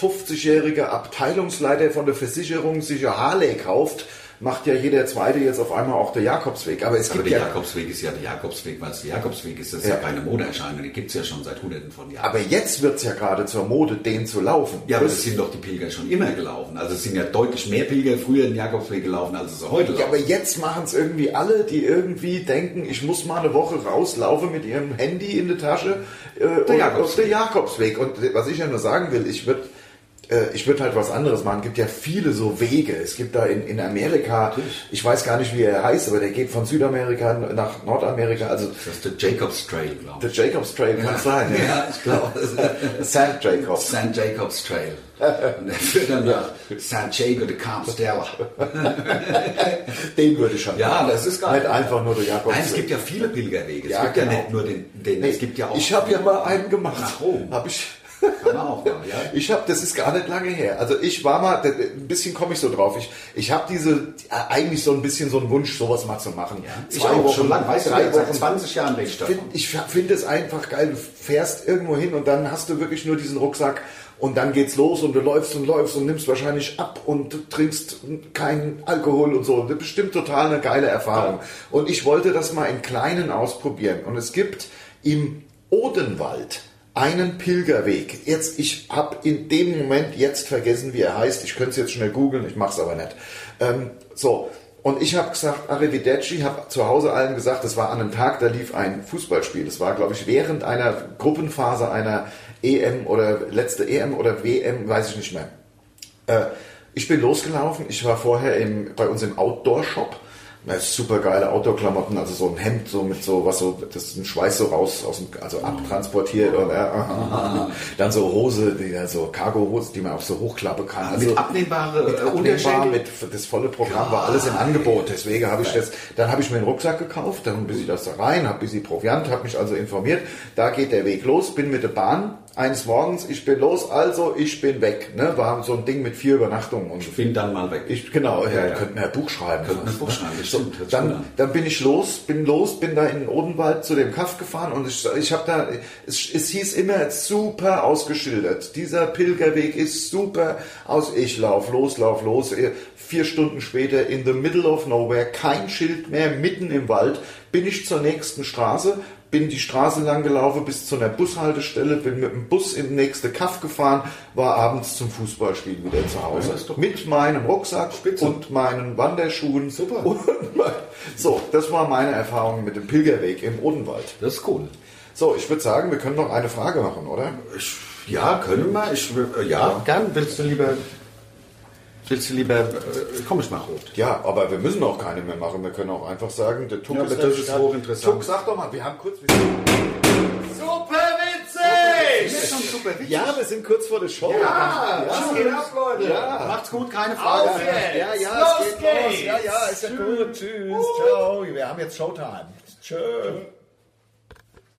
50-jährige Abteilungsleiter von der Versicherung sich eine Harley kauft, macht ja jeder zweite jetzt auf einmal auch der Jakobsweg. Aber es
Aber
gibt
der
ja
Jakobsweg ist ja der Jakobsweg, weil es der Jakobsweg ist. Das ist ja,
Ja.
keine Modeerscheinung. Die gibt es ja schon seit hunderten von Jahren.
Aber jetzt wird's ja gerade zur Mode, den zu laufen.
Ja, aber das sind doch die Pilger schon immer gelaufen. Also es sind ja deutlich mehr Pilger früher den Jakobsweg gelaufen, als es heute laufen.
Ja, aber jetzt machen es irgendwie alle, die irgendwie denken, ich muss mal eine Woche rauslaufen mit ihrem Handy in der Tasche äh, und
Jakobsweg.
auf den Jakobsweg. Und was ich ja nur sagen will, ich würde äh, ich würde halt was anderes machen. Es gibt ja viele so Wege. Es gibt da in, in Amerika, ich weiß gar nicht, wie er heißt, aber der geht von Südamerika nach Nordamerika. Also
Das ist der Jacobs Trail, glaube
der
ich.
Jacobs Trail kann sein. Ja.
Ja, ich glaube.
St. Jacobs.
St. Jacobs Trail. Und der führt dann nach St. Jago de Compostela.
Den würde ich schon.
Ja, das ist geil.
Nicht einfach nur der Jakobsweg.
Nein, es gibt ja viele Pilgerwege. Es
Ja,
gibt
genau.
ja nicht nur den, den
Nee,
es gibt ja auch.
Ich habe ja mal einen gemacht.
Nach Rom.
Hab ich.
Kann man auch mal, ja.
Ich habe, das ist gar nicht lange her. Also ich war mal, ein bisschen komme ich so drauf. Ich, ich habe diese äh, eigentlich so ein bisschen so einen Wunsch, sowas mal zu machen.
Ich auch schon lang, weißt du,
drei
seit
Wochen.
20 Jahren bin ich da.
Find, ich finde es einfach geil. Du fährst irgendwo hin und dann hast du wirklich nur diesen Rucksack und dann geht's los und du läufst und läufst und nimmst wahrscheinlich ab und trinkst keinen Alkohol und so. Das ist bestimmt total eine geile Erfahrung. Und ich wollte das mal in kleinen ausprobieren. Und es gibt im Odenwald einen Pilgerweg. Jetzt, ich habe in dem Moment jetzt vergessen, wie er heißt. Ich könnte es jetzt schnell googeln, ich mache es aber nicht. Ähm, so, und ich habe gesagt, Arrivederci, habe zu Hause allen gesagt, das war an einem Tag, da lief ein Fußballspiel. Das war, glaube ich, während einer Gruppenphase einer EM oder letzte EM oder WM, weiß ich nicht mehr. Äh, ich bin losgelaufen, ich war vorher im, bei uns im Outdoor-Shop. Na, super geile Outdoor-Klamotten, also so ein Hemd, so mit so, was so, das ist ein Schweiß so raus, aus dem, also abtransportiert und, äh, dann so Hose, die, dann so Cargo-Hose, die man auch so hochklappen kann. Also,
Mit abnehmbare
mit
äh,
abnehmbar,
Unterschenkel.
mit das volle Programm war alles im Angebot. Deswegen habe ich das, dann habe ich mir einen Rucksack gekauft, dann ein bisschen das da rein, habe ein bisschen Proviant, habe mich also informiert. Da geht der Weg los, bin mit der Bahn eines Morgens, ich bin los, also ich bin weg. Ne? War so ein Ding mit vier Übernachtungen und
Ich bin dann mal weg.
ich, genau, ja,
ja.
könnten wir ein Buch schreiben. ne?
Könnten wir ein Buch schreiben, das stimmt, hört sich gut
Dann,
an.
dann bin ich los, bin los, bin da in den Odenwald zu dem Kaff gefahren und ich, ich habe da, es, es hieß immer super ausgeschildert. Dieser Pilgerweg ist super aus. Ich lauf los, lauf los. Äh, Vier Stunden später in the middle of nowhere, kein Schild mehr, mitten im Wald, bin ich zur nächsten Straße, bin die Straße lang gelaufen bis zu einer Bushaltestelle, bin mit dem Bus in den nächsten Kaff gefahren, war abends zum Fußballspielen wieder zu Hause. Mit meinem Rucksack und meinen Wanderschuhen. Super. Und mein- so, das war meine Erfahrung mit dem Pilgerweg im Odenwald.
Das ist cool.
So, ich würde sagen, wir können noch eine Frage machen, oder?
Ich, ja, können wir. Ich, äh, ja, gern. Willst du lieber. Willst du lieber. Äh, komm, ich mach rot.
Ja, aber wir müssen auch keine mehr machen. Wir können auch einfach sagen, der Tuck
Ja,
ist
aber
der
das ist
Stadt-
hochinteressant.
Tuck, sag doch mal, wir haben kurz...
schon super wichtig.
Ja, wir sind kurz vor der Show.
was geht ab, Leute? Macht's gut, keine Frage.
Ja, ja, ja, es geht los. Ja, ja, ist ja gut. Tschüss. Ciao. Wir haben jetzt Showtime. Tschüss.